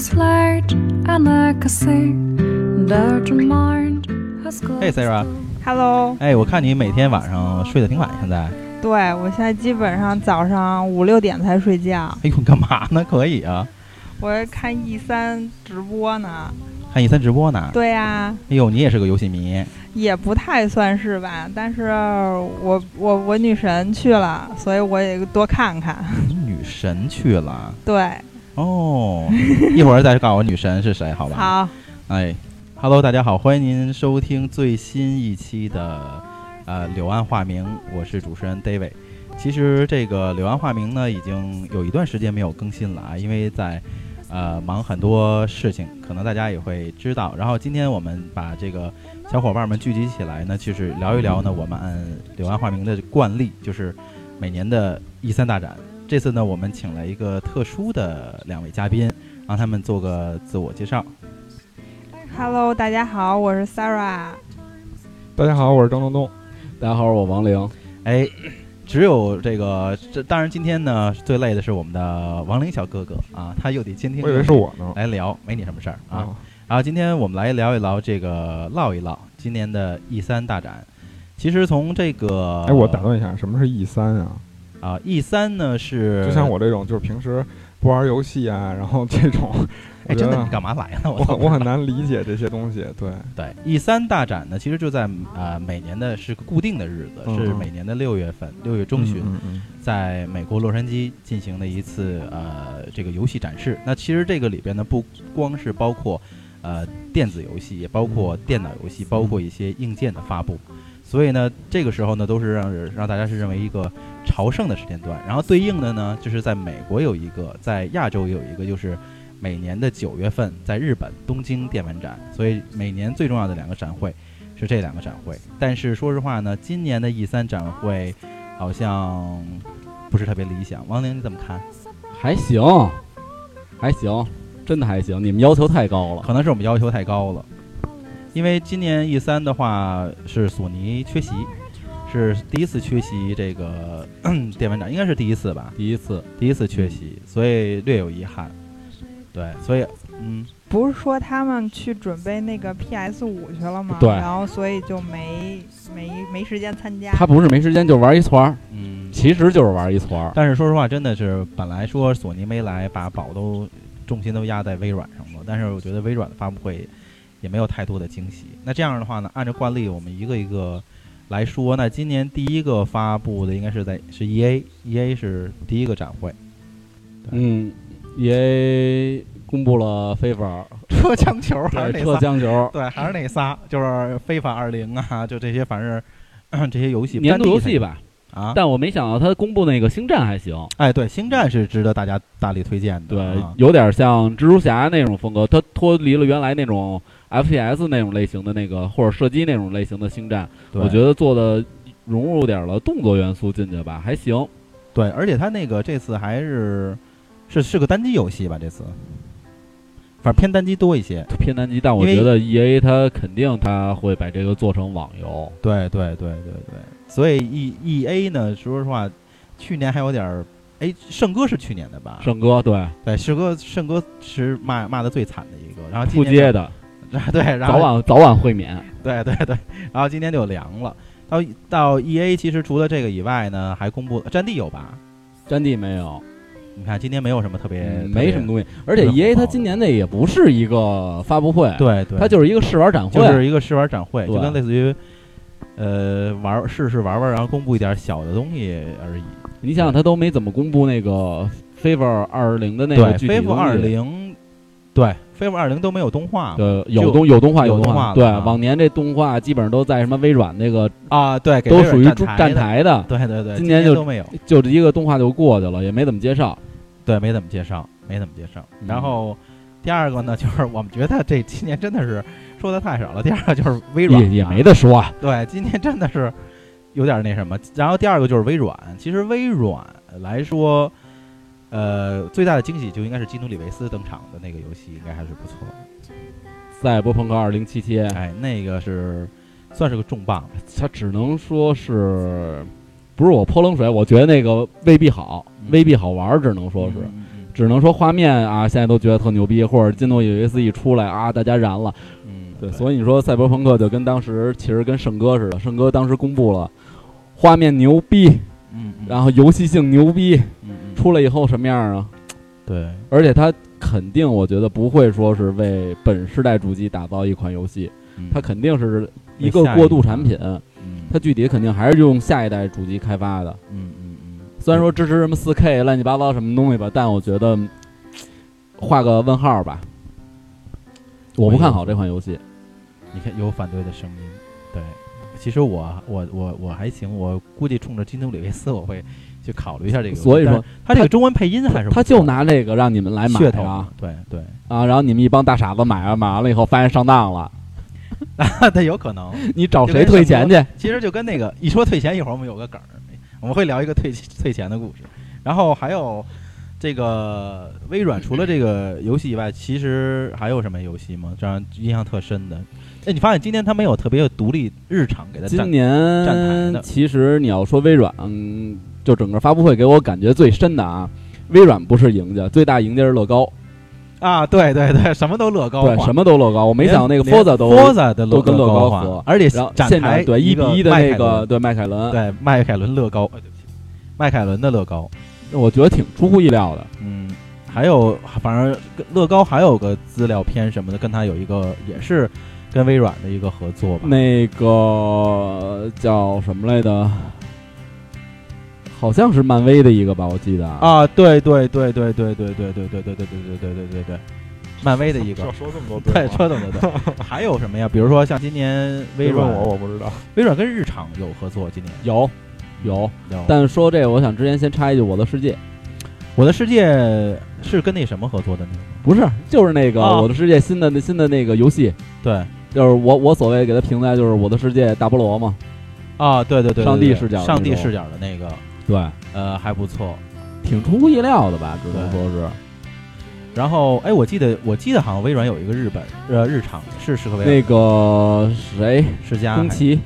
heart, and like I say, that your mind has got. Hey, 哎 Sarah. Hello，哎，我看你每天晚上睡得挺晚，现在。对我现在基本上早上五六点才睡觉，哎呦，你干嘛呢？可以啊，我是看 E 三直播呢。看一三直播呢。对呀、哎呦，你也是个游戏迷。也不太算是吧，但是我我我女神去了，所以我也多看看。 你女神去了对，哦，一会儿再告诉我女神是谁，好吧？好，哎，Hello，大家好，欢迎您收听最新一期的呃《柳暗花明》，我是主持人 David。其实这个《柳暗花明》呢，已经有一段时间没有更新了啊，因为在呃忙很多事情，可能大家也会知道。然后今天我们把这个小伙伴们聚集起来呢，就是聊一聊呢我们按《柳暗花明》的惯例，就是每年的一三大展。这次呢，我们请了一个特殊的两位嘉宾，让他们做个自我介绍。 Hello，大家好，我是 Sarah。大家好，我是张东东。大家好，我王玲。哎，只有这个，这当然今天呢最累的是我们的王林小哥哥啊，他又得监听我以为是我呢。来聊，没你什么事儿啊。啊，然后今天我们来聊一聊这个唠一唠今年的 E 三大展。其实从这个哎，我打断一下，什么是 E 三啊？啊 E 三呢是就像我这种，就是平时不玩游戏啊，然后这种， 哎我真觉的你得干嘛来呢？啊我 我很我很难理解这些东西。对，对 E 三大展呢，其实就在呃每年的是个固定的日子，嗯是每年的六月份六月中旬。嗯嗯在美国洛杉矶进行的一次呃这个游戏展示。那其实这个里边呢，不光是包括呃电子游戏，也包括电脑游戏，包括一些硬件的发布。所以呢，这个时候呢，都是让人让大家是认为一个朝圣的时间段。然后对应的呢，就是在美国有一个，在亚洲有一个，就是每年的九月份在日本东京电玩展。所以每年最重要的两个展会是这两个展会。但是说实话呢，今年的 E 三展会好像不是特别理想。王玲，你怎么看？还行，还行，真的还行。你们要求太高了。可能是我们要求太高了，因为今年 E 三的话是索尼缺席，是第一次缺席这个 电玩展，应该是第一次吧，第一次，第一次缺席，所以略有遗憾。对，所以嗯，不是说他们去准备那个 PS 五去了吗？对然后所以就没没没时间参加。他不是没时间，就玩一团儿，嗯，其实就是玩一团儿。但是说实话，真的是本来说索尼没来，把宝都重心都压在微软上了，但是我觉得微软的发布会也没有太多的惊喜。那这样的话呢，按照惯例，我们一个一个来说。那今年第一个发布的应该是在是 E A E A 是第一个展会，嗯，EA 公布了非法车枪球还是对那车仨，厢球，对，还是那仨，就是非法二零啊，就这些，反正。 咳这些游戏年度游戏吧吧。啊，但我没想到他公布那个星战还行，哎，对，星战是值得大家大力推荐的。对啊，有点像蜘蛛侠那种风格，他脱离了原来那种 FPS 那种类型的那个或者射击那种类型的星战，对我觉得做的融入点儿了动作元素进去吧，还行。对，而且他那个这次还是是是个单机游戏吧？这次，反正偏单机多一些。偏单机，但我因为觉得 E A 它肯定它会把这个做成网游。对对对对对，所以 E E A 呢，说实话，去年还有点儿，哎，圣歌是去年的吧？圣哥对对，圣歌圣歌是骂骂的最惨的一个，然后今出年街的，就 对，然后早晚早晚会免。对对对，然后今天就凉了。到到 E A 其实除了这个以外呢，还公布了《战地》有吧？战地没有，你看今天没有什么特别，特别嗯没什么东西。而且 E A 它今年那也不是一个发布会，，对对，它就是一个试玩展会。就是一个试玩展会，就对跟类似于，呃，玩儿试试玩玩，然后公布一点小的东西而已。你想想，它都没怎么公布那个 FIFA 二零的那个对具体，vivo 二东西。零，对，vivo 二零都没有动画嘛对，有就动有动画有动动画了对，啊往年这动画基本上都在什么微软那个啊，对，给都微属于软主站站的，台的，对对对，今年年就都没有，就这一个动画就过去了，也没怎么介绍。对，没怎么介绍，没怎么介绍。嗯然后第二个呢，就是我们觉得这今年真的是说的太少了。第二个就是微软也也啊没得说， 对，今天真的是有点那什么。然后第二个就是微软，其实微软来说，呃，最大的惊喜就应该是基努里维斯登场的那个游戏，应该还是不错。赛博朋克二零七七，哎，那个是算是个重磅，他只能说是，不是我泼冷水，我觉得那个未必好，嗯未必好玩儿，只能说是。嗯嗯嗯只能说画面啊，现在都觉得特牛逼，或者金诺有一次一出来啊，大家燃了。嗯，对，所以你说赛博朋克就跟当时其实跟圣哥似的，圣哥当时公布了画面牛逼，嗯，嗯然后游戏性牛逼，嗯嗯出来以后什么样啊？对，而且它肯定我觉得不会说是为本世代主机打造一款游戏，嗯它肯定是一个为下一代过渡产品，嗯它具体肯定还是用下一代主机开发的。嗯嗯嗯，虽然说支持什么4 K 乱七八糟什么东西吧，但我觉得嗯画个问号吧。我不看好这款游戏，你看有反对的声音，对。其实我我我我还行，我估计冲着金努里维斯我会去考虑一下这个游戏。所以说但是它这它个中文配音还是不他错就的拿这个让你们来买噱头啊，对对，啊，然后你们一帮大傻子买啊，买完了以后发现上当了， 它有可能。你找谁退钱去？其实就跟那个一说退钱，一会儿我们有个梗儿，我们会聊一个退退钱的故事。然后还有这个微软除了这个游戏以外，其实还有什么游戏吗？这让印象特深的。哎，你发现今天它没有特别的独立日常给它占今，年站台的其实你要说微软，嗯，就整个发布会给我感觉最深的啊，微软不是赢家，最大赢家是乐高，啊，对对对，什么都乐高化，对，什么都乐高，我没连想到那个连 Forza 都 Forza 的都跟乐高高化合而且然后展现台场对一比个一的迈那凯个伦对迈凯伦，对迈凯伦乐高，哎对不起，迈凯伦的乐高，我觉得挺出乎意料的。嗯，还有，反正跟乐高还有个资料片什么的，跟它有一个也是跟微软的一个合作吧。那个叫什么来的？好像是漫威的一个吧，我记得啊。啊，对对对对对对对对对对对对对对对对对，漫威的一要个，说这么多对，吗说的对 对。还有什么呀？比如说像今年微别问软，我我不知道。微软跟日厂有合作，今年有有，有。但说这个，我想之前先插一句，《我的世界》我的世界是跟那什么合作的呢？不是，就是那个《啊我的世界》新的那新的那个游戏，对，就是我我所谓给它评价就是《我的世界》大菠萝嘛。啊，对对对，对上帝对视角的上帝那种视角的那个，对，呃，还不错。挺出乎意料的吧，只能说是然后，哎，我记得，我记得好像微软有一个日本，呃，日常是适合微软那个谁，世家宫崎，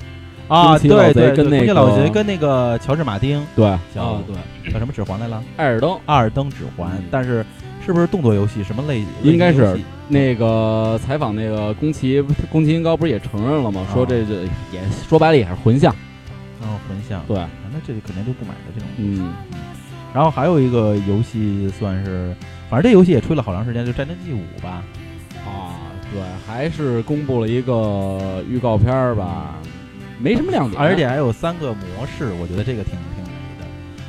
啊，宫崎对老对贼对，跟那宫崎老贼个跟那个乔治马丁对小对，叫什么指环来了？艾尔登《阿尔登指环》嗯但是是不是动作游戏？什么类？应该是类型游戏那个采访那个宫崎，宫崎英高不是也承认了吗？啊说这这也说白了也是混响，啊，混响。对，啊那这肯定就不买的这种。嗯，然后还有一个游戏算是，反正这游戏也吹了好长时间，就《战争记五》吧。啊，对，还是公布了一个预告片儿吧，没什么亮点，而且还有三个模式，我觉得这个挺挺美的，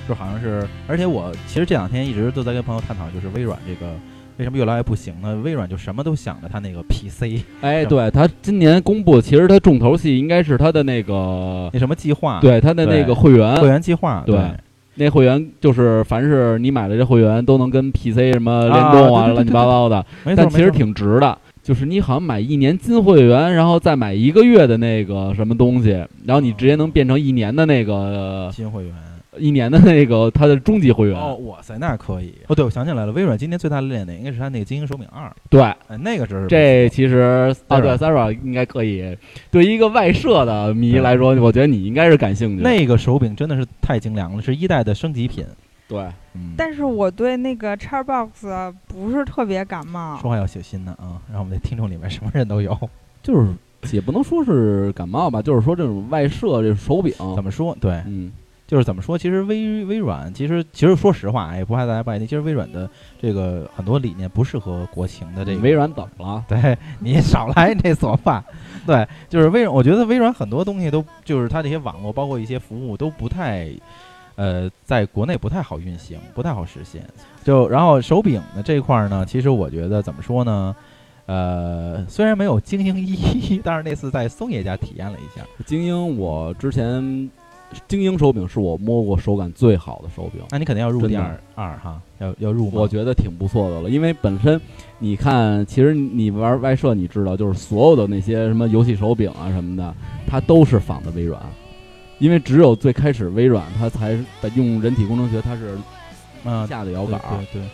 就好像是，而且我其实这两天一直都在跟朋友探讨，就是微软这个为什么越来越不行呢？微软就什么都想着它那个 PC 哎，对他今年公布，其实他重头戏应该是他的那个，那什么计划，，对他的那啊对个会员，会员计划，对那会员就是凡是你买了这会员都能跟 PC 什么联啊动啊，对对对对乱七八糟的，没错，但其实没错挺值的。就是你好像买一年金会员，然后再买一个月的那个什么东西，然后你直接能变成一年的那个、新会员。一年的那个它的终极会员。哦，哇塞，那可以。哦，对，我想起来了，微软今年最大的亮点应该是它那个《精英手柄二》，对，哎，那个真是不这错其实啊，对 Sarah ，Sara 应该可以。对于一个外设的迷来说，我觉得你应该是感兴趣。那个手柄真的是太精良了，是一代的升级品。对，嗯，但是我对那个 Xbox 不是特别感冒。说话要小心呢啊，让我们的听众里面什么人都有。就是也不能说是感冒吧，就是说这种外设这手柄， 怎么说？对，嗯，就是怎么说？其实微微软，其实其实说实话，哎也不怕大家不爱听。其实微软的这个很多理念不适合国情的这个。嗯微软怎么了？ 对你少来这做饭。对，就是微软，我觉得微软很多东西都就是它这些网络，包括一些服务都不太，呃，在国内不太好运行，不太好实现。就然后手柄的这一块儿呢，其实我觉得怎么说呢？呃，虽然没有精英一，但是那次在松野家体验了一下。精英，我之前精英手柄是我摸过手感最好的手柄。那你肯定要入真第的二二哈，要要入吗我觉得挺不错的了，因为本身你看，其实你玩外设，你知道，就是所有的那些什么游戏手柄啊什么的，它都是仿的微软，因为只有最开始微软它才在用人体工程学，它是嗯，下的摇对杆，对对，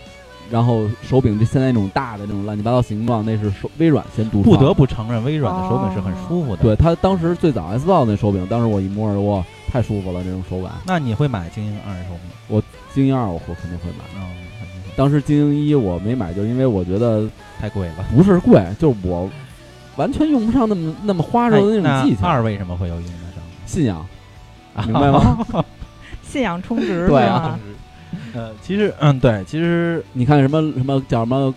然后手柄这现在那种大的那种乱七八糟形状，那是手微软先独创不的得不承认微软的手柄是很舒服的。，哦对它当时最早 S 2那手柄，当时我一摸，哇，太舒服了，那种手感。那你会买精英二手柄？精英二我会肯定会买，嗯，肯定会当时精英一我没买，就是因为我觉得太贵了。不是贵，就是我完全用不上那么那么花哨的那哎那种技巧。二啊为什么会有用得上？信仰，明白吗？ 信仰充值对是啊吗？ 呃，其实，嗯，对，其实你看什么什么叫什么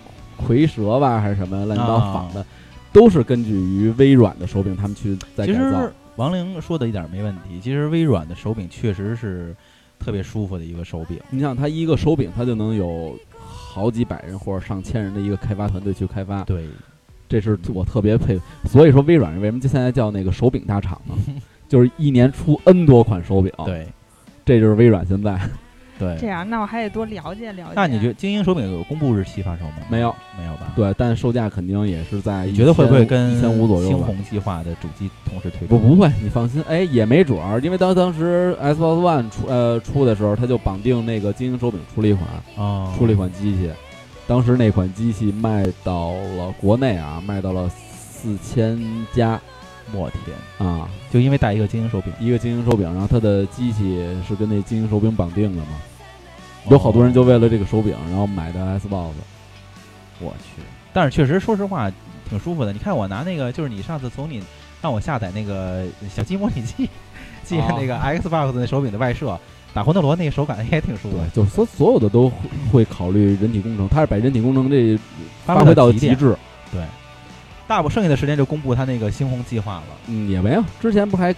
蝰蛇吧，还是什么乱七八糟啊仿的，都是根据于微软的手柄，他们去在其改造实。王玲说的一点没问题。其实微软的手柄确实是特别舒服的一个手柄。你想，它一个手柄，它就能有好几百人或者上千人的一个开发团队去开发，对，这是我特别佩服。所以说，微软为什么现在叫那个手柄大厂 呢？就是一年出 N 多款手柄，，对，这就是微软现在对。这样，那我还得多了解了解。那你觉得精英手柄有公布日期发售吗？没有，没有吧？。对，但售价肯定也是在你觉得会不会跟一千五左右星吧？鸿计划的主机同时推不出？不会，你放心，哎，也没准儿，因为当当时 Xbox One 出呃出的时候，它就绑定那个精英手柄出了一款，哦，出了一款机器，当时那款机器卖到了国内啊，卖到了四千加我天，啊，就因为带一个精英手柄，一个精英手柄，然后它的机器是跟那精英手柄绑定的嘛，哦有好多人就为了这个手柄，然后买的 Xbox，我去，但是确实说实话挺舒服的。你看我拿那个，就是你上次从你让我下载那个小鸡模拟器，记哦得那个 Xbox 那手柄的外设，打魂斗罗那个手感也挺舒服对的，，就是所所有的都会会考虑人体工程，它是把人体工程这发挥挥到极极点。致。大部剩下的时间就公布它那个星空计划了。嗯，也没有，之前不还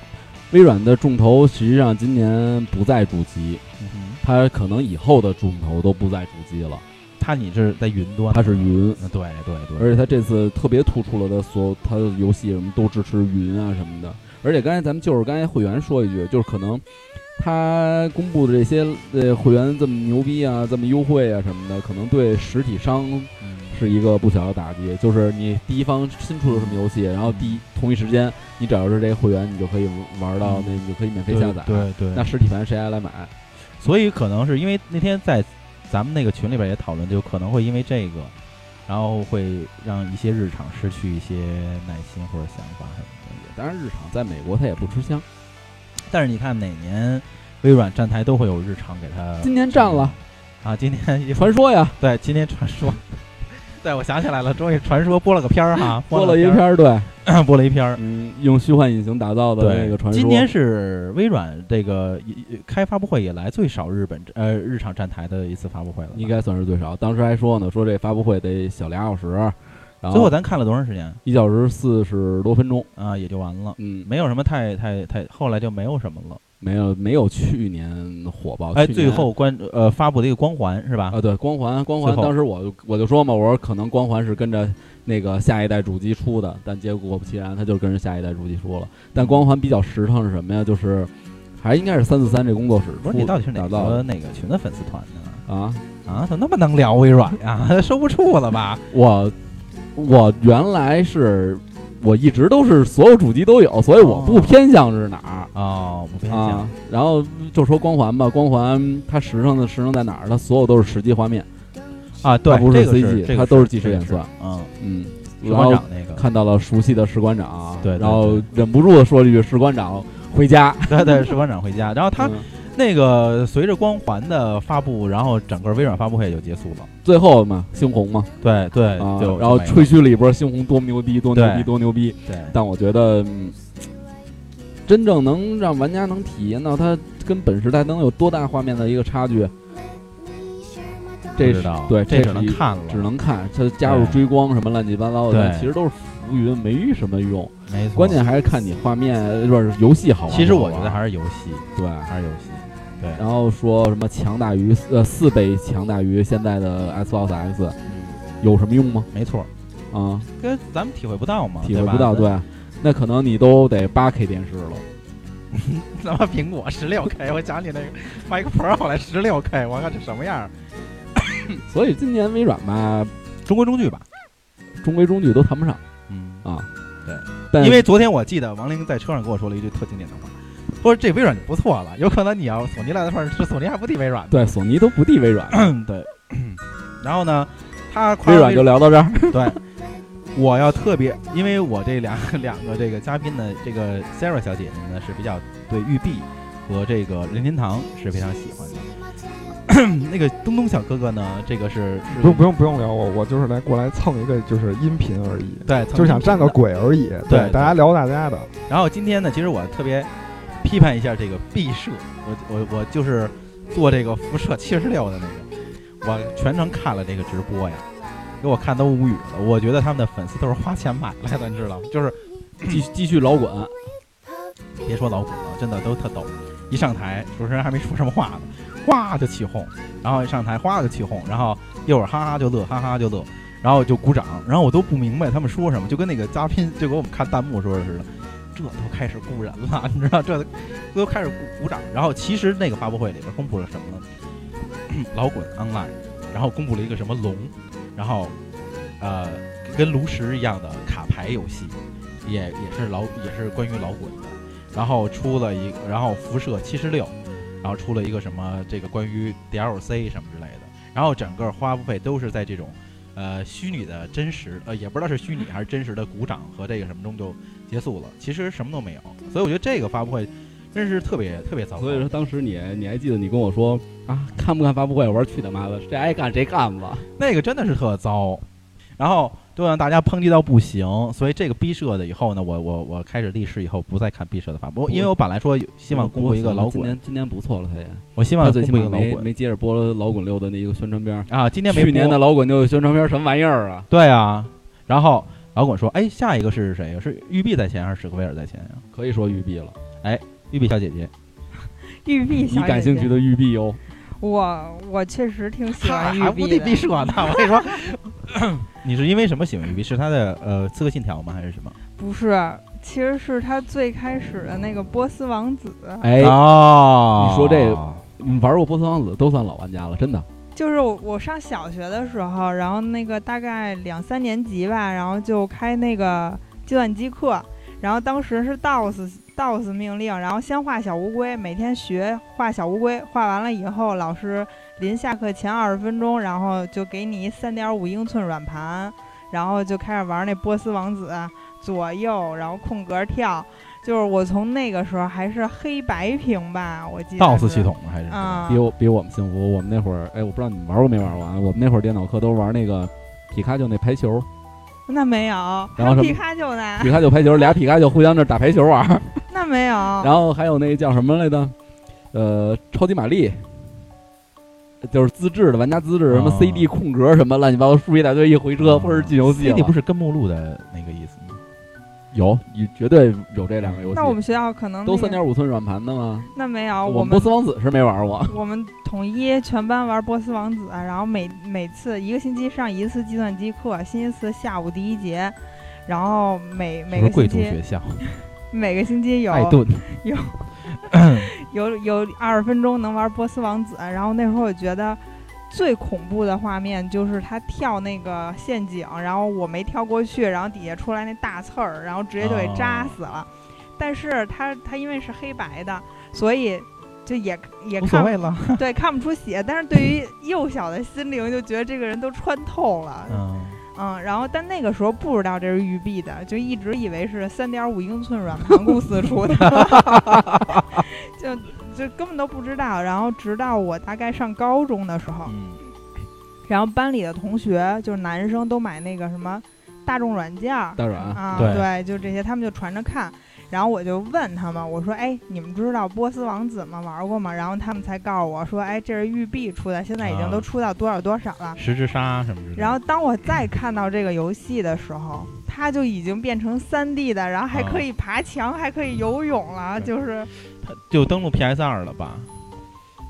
微软的重头，实际上今年不在主机，嗯哼，它可能以后的重头都不在主机了，它你是在云端，它是云。嗯，对对对，而且它这次特别突出了它所有它的游戏什么都支持云啊什么的。而且刚才咱们就是刚才会员说一句，就是可能它公布的这些呃会员这么牛逼啊，这么优惠啊什么的，可能对实体商嗯是一个不小的打击。就是你第一方新出了什么游戏，然后第一同一时间你只要是这个会员，你就可以玩到那，你就可以免费下载。对对，那实体盘谁还来买？所以可能是因为那天在咱们那个群里边也讨论，就可能会因为这个，然后会让一些日常失去一些耐心或者想法什么的。当然，日常在美国它也不吃香，但是你看哪年微软站台都会有日常给它今年占了啊，今天传说呀，对今天传说，对我想起来了，终于传说播了个片儿哈，播了了一个篇儿对。片儿，播了一片儿。嗯，用虚幻引擎打造的那个传说。今年是微软这个开发布会以来最少日本呃日常站台的一次发布会了吧。应该算是最少，当时还说呢，说这发布会得小俩小时，然最后后咱看了多长时间一小时四十多分钟。啊？也就完了。嗯，没有什么太太太，后来就没有什么了。没有没有去年火爆。哎，去年最后关呃发布的一个光环是吧？啊，对光环，光环最后当时我就我就说嘛，我说可能光环是跟着那个下一代主机出的，但结果不其然，它就跟着下一代主机出了。但光环比较实诚是什么呀？就是还应该是三四三这工作室不是你出到底是哪打造个的哪个群的粉丝团呢？啊？啊，怎么那么能聊微软呀、 收不住了吧？我我原来是我一直都是所有主机都有，所以我不偏向是哪儿。哦，不偏啊向，，然后就说光环吧，光环它实诚的实诚在哪儿？它所有都是实际画面，啊，对，它不是这个 CG 这个它都是即计时演算，嗯，嗯，士然官后长那个，看到了熟悉的士官长，对对然后忍不住的说了一句：“士官长回家。对对，士官长回家。然后他嗯那个随着光环的发布，然后整个微软发布会也就结束了。最后嘛，猩红嘛，对对，啊就，然后就没了吹嘘了一波猩红多牛逼，多牛逼，对多牛逼。对但我觉得，嗯真正能让玩家能体验到它跟本时代能有多大画面的一个差距，不这知是道对，这是只能一看了，只能看。它加入追光什么乱七八糟的，对其实都是浮云，没什么用。没错。关键还是看你画面，呃不是游戏好玩不好玩。其实我觉得还是游啊戏，对。还是游戏。对，然后说什么强大于呃四倍强大于现在的 Xbox X，有什么用吗？没错，啊，跟咱们体会不到嘛，体会吧不到，。对。那可能你都得八 K 电视了，咱们苹果十六 K，我想起那个 Mac Pro 后来十六 K，我看这什么样儿？所以今年微软吧，中规中矩吧，中规中矩都谈不上嗯，啊。对，但因为昨天我记得王玲在车上跟我说了一句特经典的话，说这微软就不错了，有可能你要索尼来的话是索尼还不敌微软呢。对索尼都不敌微软，嗯，对。然后呢，他夸微软就聊到这儿。我要特别，因为我这两 两个这个嘉宾呢，这个 Sarah 小姐姐呢是比较对育碧和这个任天堂是非常喜欢的。 那个东东小哥哥呢，这个是是不用不用不用聊我，我就是来过来蹭一个就是音频而已，对，就是想占个。鬼而已。对对大家聊大家的。然后今天呢，其实我特别批判一下这个毕设，我我我就是做这个辐射七十六的那个，我全程看了这个直播呀，给我看都无语了。我觉得他们的粉丝都是花钱买来的，你知道吗？就是继续继续老管，别说老古了，真的都特逗。一上台，主持人还没说什么话呢，哗就起哄，然后一上台哗就起哄，然后一会儿哈哈就乐，哈哈就乐，然后就鼓掌，然后我都不明白他们说什么，就跟那个嘉宾就给我们看弹幕说的似的，这都开始雇人了，你知道这都开始鼓鼓掌。然后其实那个发布会里边公布了什么呢？老滚 online，然后公布了一个什么龙，然后呃跟炉石一样的卡牌游戏，也也是老也是关于老滚的。然后出了一个，然后辐射七十六，然后出了一个什么这个关于 DLC 什么之类的，然后整个花费都是在这种，呃，虚拟的真实，呃，也不知道是虚拟还是真实的鼓掌和这个什么中就结束了，其实什么都没有，所以我觉得这个发布会真是特别特别糟糕。所以说当时你你还记得你跟我说啊，看不看发布会？我说去他妈的，谁爱干谁干吧。那个真的是特糟，然后都让大家抨击到不行，所以这个逼社的以后呢，我我我开始立誓以后不再看逼社的发布，因为我本来说有希望公布一个老今滚，年今年不错了，他也我希他望最公起布一个码老没滚没接着播老滚六的那个宣传片儿。啊，今年没去年播的老滚六宣传片儿什么玩意儿啊？对啊，然后老滚说：“哎，下一个是谁呀？是玉碧在前还是史克威尔在前呀、可以说育碧了，玉碧小姐姐，玉碧你小姐姐，感兴趣的育碧哟。我我确实挺喜她欢玉还不碧地的必设 呢。我跟你说， 你是因为什么喜欢玉碧？是她的呃《刺客信条》吗？还是什么？不是，其实是他最开始的那个波斯王子，哎，哦你说这个你玩过波斯王子都算老玩家了，真的。就是我我上小学的时候，然后那个大概两三年级吧，然后就开那个计算机课，然后当时是 DOS DOS 命令，然后先画小乌龟，每天学画小乌龟，画完了以后，老师临下课前二十分钟，然后就给你三点五英寸软盘，然后就开始玩那波斯王子，左右然后空格跳，就是我从那个时候还是黑白屏吧，我记得 DOS 是系统吗？还是什么？啊比，我比我们幸福。我们那会儿，哎，我不知道你们玩过没玩过啊？我们那会儿电脑课都玩那个皮卡丘那排球，那没有，然还后什么有皮卡丘呢。皮卡丘排球，俩皮卡丘互相这打排球玩儿。那没有，然后还有那叫什么来着？呃，超级玛丽，就是自制的玩家自制，什么啊 CD 空格什么乱七八糟，输一大堆，一回车，不是进游戏 CD 不是是跟目录的那个意思吗？有，你绝对有这两个游戏。那我们学校可能都那个三点五寸软盘的吗？那没有，我我们波斯王子是没玩过。 我们统一全班玩波斯王子，然后每每次一个星期上一次计算机课，星期四下午第一节，然后每每是个贵星族期学校，每个星期有爱顿有有二十分钟能玩波斯王子，然后那时候我觉得。最恐怖的画面就是他跳那个陷阱，然后我没跳过去，然后底下出来那大刺儿，然后直接就给哦扎死了。但是他他因为是黑白的，所以就也也无所看谓了。对，看不出血，但是对于幼小的心灵就觉得这个人都穿透了，嗯，嗯，然后但那个时候不知道这是育碧的，就一直以为是三点五英寸软盘公司出的， 就就根本都不知道。然后直到我大概上高中的时候，嗯然后班里的同学就是男生都买那个什么大众软件儿，大软，啊，对就这些，他们就传着看。然后我就问他们，我说：“哎，你们知道波斯王子吗？玩过吗？”然后他们才告诉我说：“哎，这是育碧出的，现在已经啊都出到多少多少了。十之沙什么之类的。然后当我再看到这个游戏的时候，它就已经变成3 D 的，然后还啊可以爬墙，还可以游泳了，对就是它就登录 PS 二了吧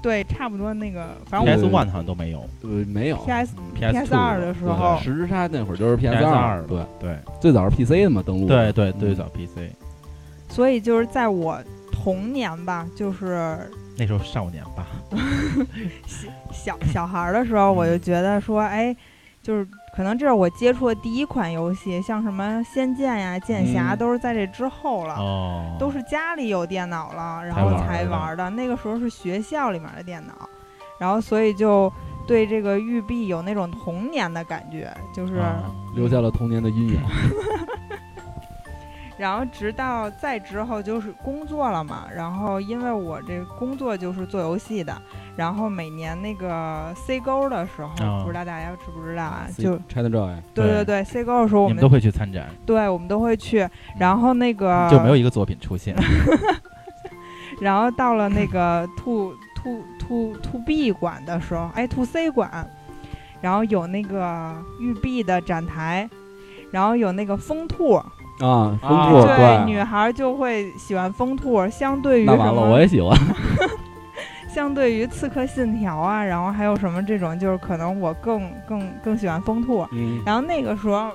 对，差不多那个，反正对？PS One 好像都没有呃，没有我 PS ，PS PS 二的时候十之杀那会儿就是 PS ，PS 二二，对，对最早是 PC 的嘛登录，对对对，嗯早 PC 所以就是在我童年吧，就是那时候少年吧。小小孩儿的时候，我就觉得说，哎，就是可能这是我接触的第一款游戏，像什么《仙剑》呀、《剑侠》嗯都是在这之后了，哦，啊都是家里有电脑了，然才后玩儿才的玩儿的。那个时候是学校里面的电脑，然后所以就对这个育碧有那种童年的感觉，就是，啊嗯留下了童年的阴影。啊然后直到再之后就是工作了嘛，然后因为我这工作就是做游戏的，然后每年那个 C 勾的时候，哦啊不知道大家知不知道啊？就 China Joy，对对对对，C 勾的时候我你们们都会去参展，对我们都会去，然后那个就没有一个作品出现。然后到了那个 to to to to B 馆的时候，哎，to C 馆，然后有那个玉璧的展台，然后有那个风兔，啊，啊风兔对怪女孩儿就会喜欢风兔。相对于那什完了，我么？也喜欢。相对于刺客信条啊，然后还有什么这种，就是可能我更更更喜欢风兔。嗯然后那个时候，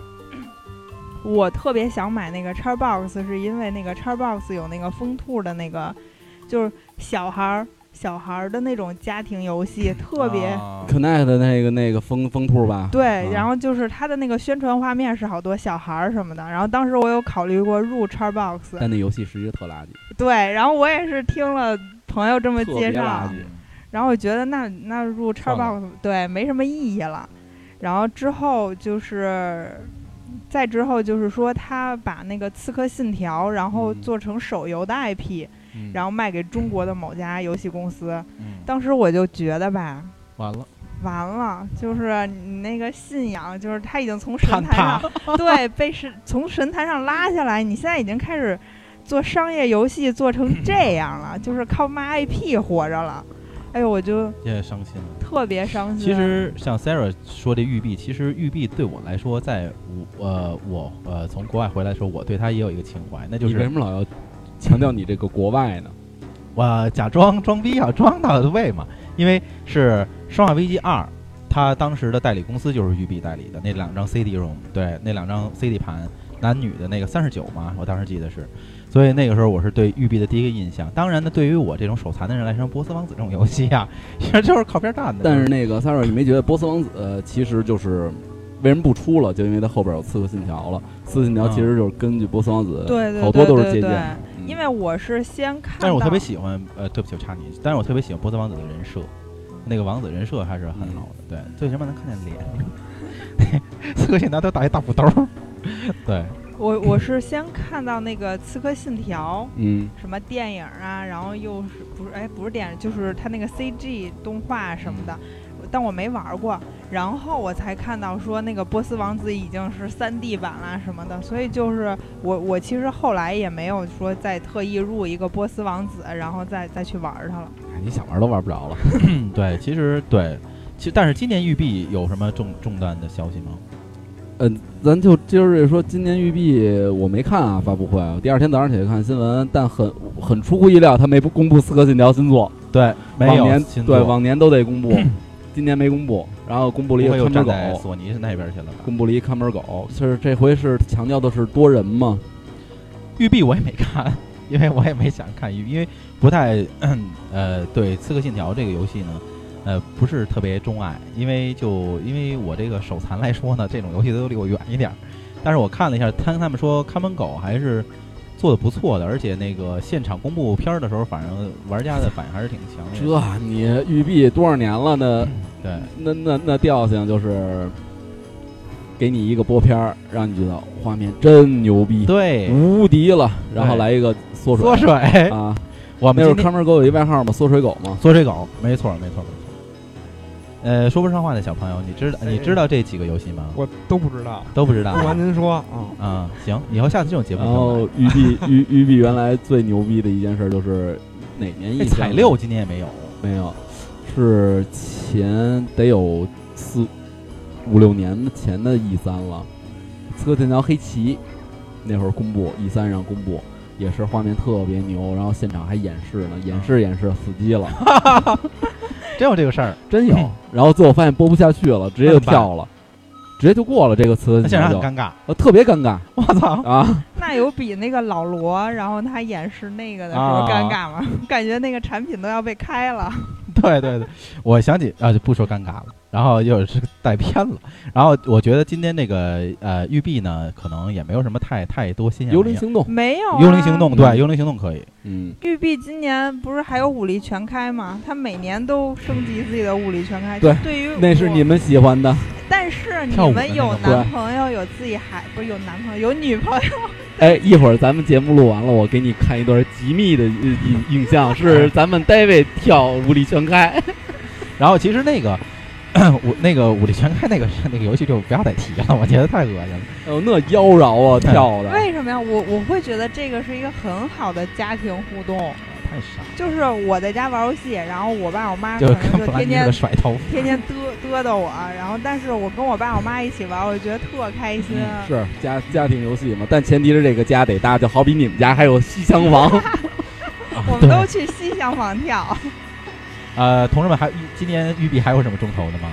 我特别想买那个 Xbox，是因为那个 Xbox 有那个风兔的那个，就是小孩儿小孩儿的那种家庭游戏，特别、哦啊，Connect 的那个那个风风兔吧，对。啊然后就是它的那个宣传画面是好多小孩儿什么的。然后当时我有考虑过入 Xbox，但那游戏是一个特垃圾，对。然后我也是听了朋友这么特介别绍啊垃，圾。然后我觉得那那入 Xbox 对没什么意义了，然后之后就是，再之后就是说他把那个《刺客信条》然后嗯做成手游的 IP，、嗯然后卖给中国的某家游戏公司。嗯当时我就觉得吧，完了，完了，就是你那个信仰，就是他已经从神坍坛塌上对被神从神坛上拉下来，你现在已经开始做商业游戏做成这样了，就是靠卖 IP 活着了。哎呦，我就。也伤心了。特别伤心。其实像 Sarah 说这玉璧，其实玉璧对我来说，在我呃我呃从国外回来的时候，我对它也有一个情怀，那就你为是什么老要强调你这个国外呢？我、假装装逼啊，装到位嘛。因为是《生化危机二》，它当时的代理公司就是育碧代理的那两张 CD-ROM，对，那两张 CD 盘，男女的那个三十九嘛，我当时记得是。所以那个时候我是对育碧的第一个印象。当然呢，对于我这种手残的人来说，《波斯王子》这种游戏啊， 其实就是靠边站的。但是那个 s a r a 你没觉得《波斯王子》呃其实就是为什么不出了？就因为它后边有《刺客信条》了，《刺客信条》其实嗯就是根据《波斯王子》对对好对多都是对借对鉴的。嗯因为我是先看到，但是我特别喜欢，呃，对不起，我插你一句，但是我特别喜欢波斯王子的人设，那个王子人设还是嗯很好的，对，最起码能看见脸， 刺客信条都打一大补兜儿， 对，我我是先看到那个《刺客信条嗯》什么电影啊，然后又是不是哎不是电影，就是它那个 CG 动画什么的，嗯但我没玩过。然后我才看到说那个《波斯王子》已经是3 D 版啦什么的，所以就是我我其实后来也没有说再特意入一个《波斯王子》，然后再再去玩它了。哎你想玩都玩不着了。嗯，对，其实对，其实但是今年育碧有什么重重担的消息吗？嗯，咱就今儿这说，今年育碧我没看啊发布会，我第二天早上起来看新闻，但很很出乎意料，他没公布《刺客信条》新作，对，没往有年新作，对往年都得公布， 今年没公布，然后公布不了一会个又看站门在狗，索尼那边去了吧？公布了一看门狗，就是这回是强调的是多人嘛，育碧我也没看，因为我也没想看育碧，因为不太 呃对《刺客信条》这个游戏呢，呃不是特别钟爱，因为就因为我这个手残来说呢，这种游戏都离我远一点儿。但是我看了一下，他他们说看门狗还是做的不错的，而且那个现场公布片儿的时候，反正玩家的反应还是挺强烈的。这你育碧多少年了呢？对，那那那调性就是给你一个播片儿，让你觉得画面真牛逼，对，无敌了，然后对来一个缩水缩水，啊。 我那们会今儿天看门狗有一外号嘛，缩水狗嘛。缩水狗，没错，没错，没错。呃，说不上话的小朋友，你知道你知道这几个游戏吗？我都不知道。都不知道不。瞒您说啊，啊、行，以后下次这种节目就然来后育碧育育碧原来最牛逼的一件事儿就是哪年一这哎彩六今年也没有，没有，是前得有四五六年前的 E 三了，《刺客信条：黑旗》那会儿公布 E 三上公布，也是画面特别牛，然后现场还演示呢，演示演示死机了， 真有这个事儿。真有。然后最后发现播不下去了，直接就跳了，直接就过了这个《刺那客现信场条很就》尴尬，呃，特别尴尬我操！啊！那有比那个老罗，然后他演示那个的时啊候尴尬吗？ 感觉那个产品都要被开了。对对对，我想起啊，就不说尴尬了，然后又是带偏了。然后我觉得今天那个呃育碧呢，可能也没有什么太太多新鲜玩意儿。幽灵行动，没有、啊。幽灵行。动，嗯对，幽灵行动可以。嗯，育碧今年不是还有武力全开吗？他每年都升级自己的武力全开。对对于那是我你，们喜欢的。但是你跳舞的们有那个吗男朋友，有自己孩，不是有男朋友，有女朋友。哎，一会儿咱们节目录完了，我哎给你看一段极密的呃影影像，是咱们 David 跳舞力全开。然后其实那个我那个武力全开那个那个游戏就不要再提了，我觉得太恶心了。哎呦，那妖娆啊，跳的，为什么呀？我我会觉得这个是一个很好的家庭互动，太傻了，就是我在家玩游戏，然后我爸我妈可就能跟就布兰天妮似天的甩头发。天天嘚嘚嘚我，然后但是我跟我爸我妈一起玩，我觉得特开心。嗯是家家庭游戏嘛，但前提是这个家得大，就好比你们家还有西厢房，我们都去西厢房跳。呃，同志们还今年育碧还有什么重头的吗？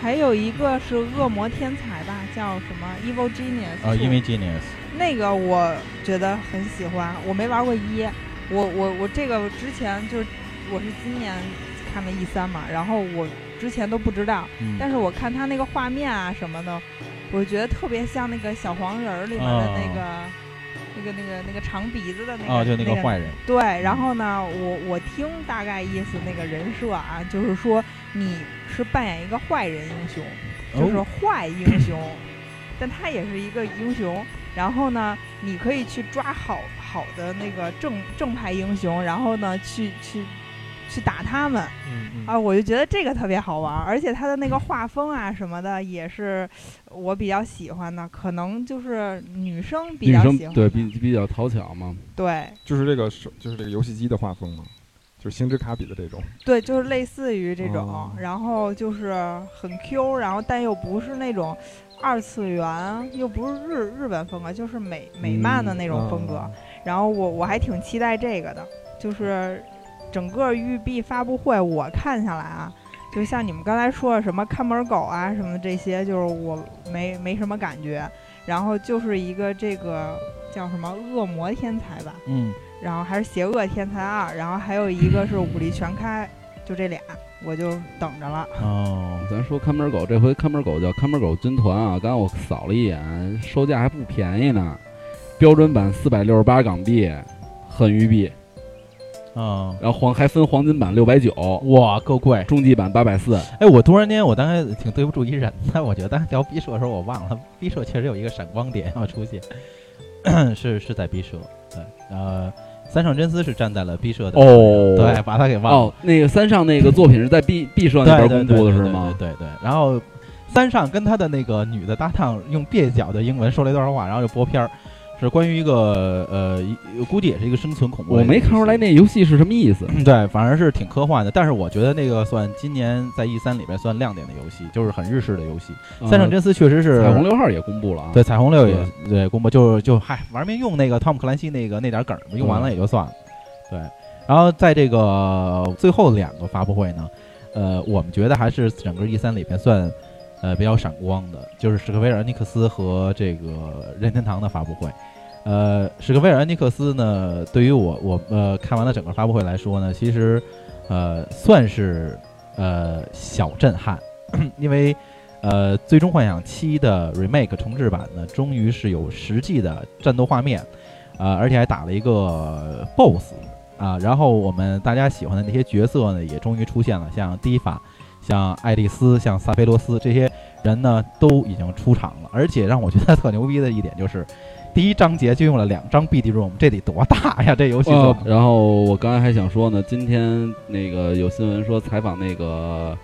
还有一个是恶魔天才吧，叫什么 Evil Genius 呃， 2因为 Genius 那个我觉得很喜欢，我没玩过一，我我我这个之前就是我是今年看的 E 三嘛，然后我之前都不知道，嗯但是我看他那个画面啊什么的，我觉得特别像那个小黄人儿里面的那个、那个那个那个长鼻子的那个啊，就那那个坏人，对，然嗯后呢，我我听大概意思那个人设啊，就是说你是扮演一个坏人英雄，就是哦坏英雄，但他也是一个英雄。然后呢，你可以去抓好好的那个正正派英雄，然后呢，去去去打他们嗯啊！我就觉得这个特别好玩儿，而且他的那个画风啊什么的也是我比较喜欢的，可能就是女生 比女较生喜欢对的比比较讨巧嘛。对就是这个手，就是这个游戏机的画风嘛，就是星之卡比的这种。对，就是类似于这种，哦然后就是很 Q，然后但又不是那种二次元，又不是日日本风格，就是美美漫的那种风格。嗯然后我我还挺期待这个的，就是整个育碧发布会我看下来啊，就像你们刚才说的什么看门狗啊什么这些，就是我没没什么感觉。然后就是一个这个叫什么恶魔天才吧，嗯，然后还是《邪恶天才二》，然后还有一个是《武力全开》，就这俩，我就等着了。啊哦，咱说看门狗，这回看门狗叫看门狗军团啊，刚才我扫了一眼，售价还不便宜呢，标准版四百六十八港币，很鱼币，哦，然后黄还分黄金版六百九，哇，够贵！中级版八百四，哎，我突然间，我当时挺对不住一人的，我觉得当时聊毕设的时候，我忘了，毕设确实有一个闪光点要出现，是是在毕设，对，呃，三上真司是站在了毕设的，哦对，把他给忘了，哦，那个三上那个作品是在 B B 社那对边对对公布的对是对吗？对对对，然后三上跟他的那个女的搭档用蹩脚的英文说了一段话，然后就播片儿，是关于一个呃，一估计也是一个生存恐怖，我没看出来。那游戏是什么意思。 对，反正是挺科幻的，但是我觉得那个算今年在 E 三里边算亮点的游戏，就是很日式的游戏。三上呃真司确实是彩虹六号也公布了啊，对，彩虹六也对公布，就是就嗨，玩命用那个汤姆克兰西那个那点梗儿，用完了也就算了。对，然后在这个最后两个发布会呢，呃，我们觉得还是整个 E 三里边算呃比较闪光的，就是史克威尔恩尼克斯和这个任天堂的发布会。呃，史克威尔恩尼克斯呢，对于我我呃看完了整个发布会来说呢，其实呃算是呃小震撼， 因为呃，《最终幻想七》的 remake 重置版呢，终于是有实际的战斗画面，呃，而且还打了一个呃 BOSS 啊。然后我们大家喜欢的那些角色呢，也终于出现了，像迪法、像爱丽丝、像萨菲罗斯这些人呢，都已经出场了。而且让我觉得特牛逼的一点就是，第一章节就用了两张 BD ROM，这得多大呀？这游戏做哦的、，然后我刚才还想说呢，今天那个有新闻说采访那个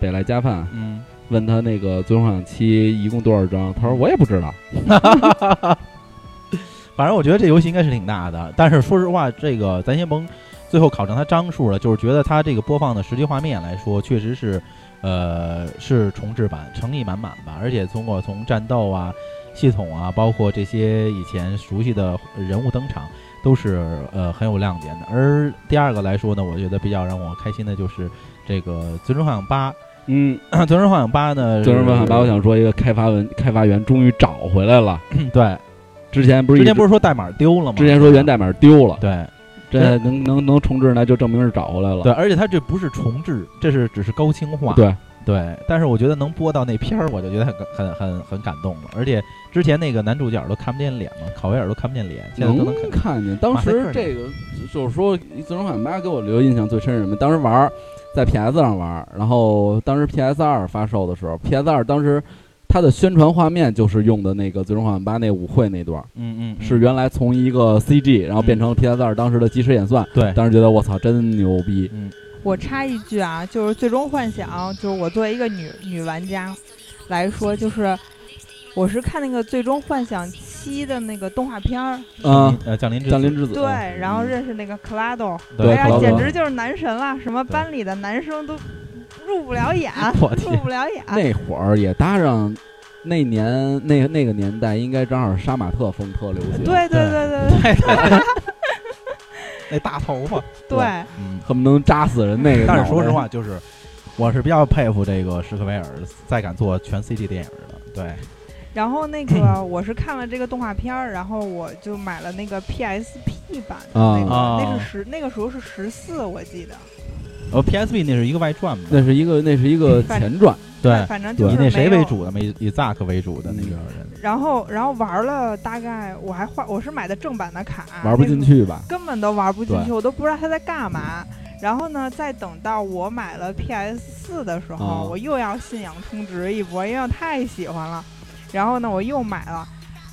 北来加饭，嗯，问他那个《最终幻想七》一共多少张，他说我也不知道。反正我觉得这游戏应该是挺大的，但是说实话，这个咱先甭最后考证它张数了，就是觉得它这个播放的实际画面来说，确实是，呃，是重置版，诚意满满吧。而且通过从战斗啊、系统啊，包括这些以前熟悉的人物登场，都是呃很有亮点的。而第二个来说呢，我觉得比较让我开心的就是这个《最终幻想八》，嗯， 《最终幻想八》呢， 《最终幻想八》，我是想说一个开发文开发员终于找回来了。对，之前不是之一前直不是说代码丢了吗？之前说源代码丢了，对。这能能能重置，那就证明是找回来了。对，而且它这不是重置，这是只是高清化。对对但是我觉得能播到那片儿，我就觉得很 很很很感动了。而且之前那个男主角都看不见脸嘛，考威尔都看不见脸，现在都能看能。看见。当马赛克时呢这个就是说，《最终幻想八》给我留印象最深是什么？当时玩儿在 PS 上玩儿，然后当时 PS 二发售的时候，PS 二当时它的宣传画面就是用的那个《最终幻想八》那舞会那段儿，嗯嗯，是原来从一个 CG，然后变成 PS 二当时的即时演算。对，当时觉得我操，真牛逼！嗯我插一句啊，就是《最终幻想》，就是我作为一个女女玩家来说，就是我是看那个《最终幻想七》的那个动画片儿，啊，呃，降临之降临子之子，对，啊然后认识那个克拉豆，对哎克呀，拉豆 简直就是男神了，什么对，班里的男生都入不了眼我入天，不了眼。那会儿也搭上那年那那个年代，应该正好杀马特风特流行，，对对对对对那哎大头发，对，嗯，恨不能扎死人那个。但是说实，话，就是我是比较佩服这个史克威尔再敢做全 CG 电影的，对，然后 那个我是看了这个动画片儿，然后我就买了那个 PSP 版的那个，啊那是十那个时候是十四，我记得。呃，PSP 那是一个外传嘛，那是一个那是一个反前传，对，反正就以是那谁没有嗯为主的嘛，以以 Zack 为主的那个人，然后然后玩了大概，我还换我是买的正版的卡，玩不进，去吧？根本都玩不进去，对我都不知道他在干嘛。然后呢，再等到我买了 PS 四的时候，啊我又要信仰充值一波，因为我太喜欢了。然后呢，我又买了，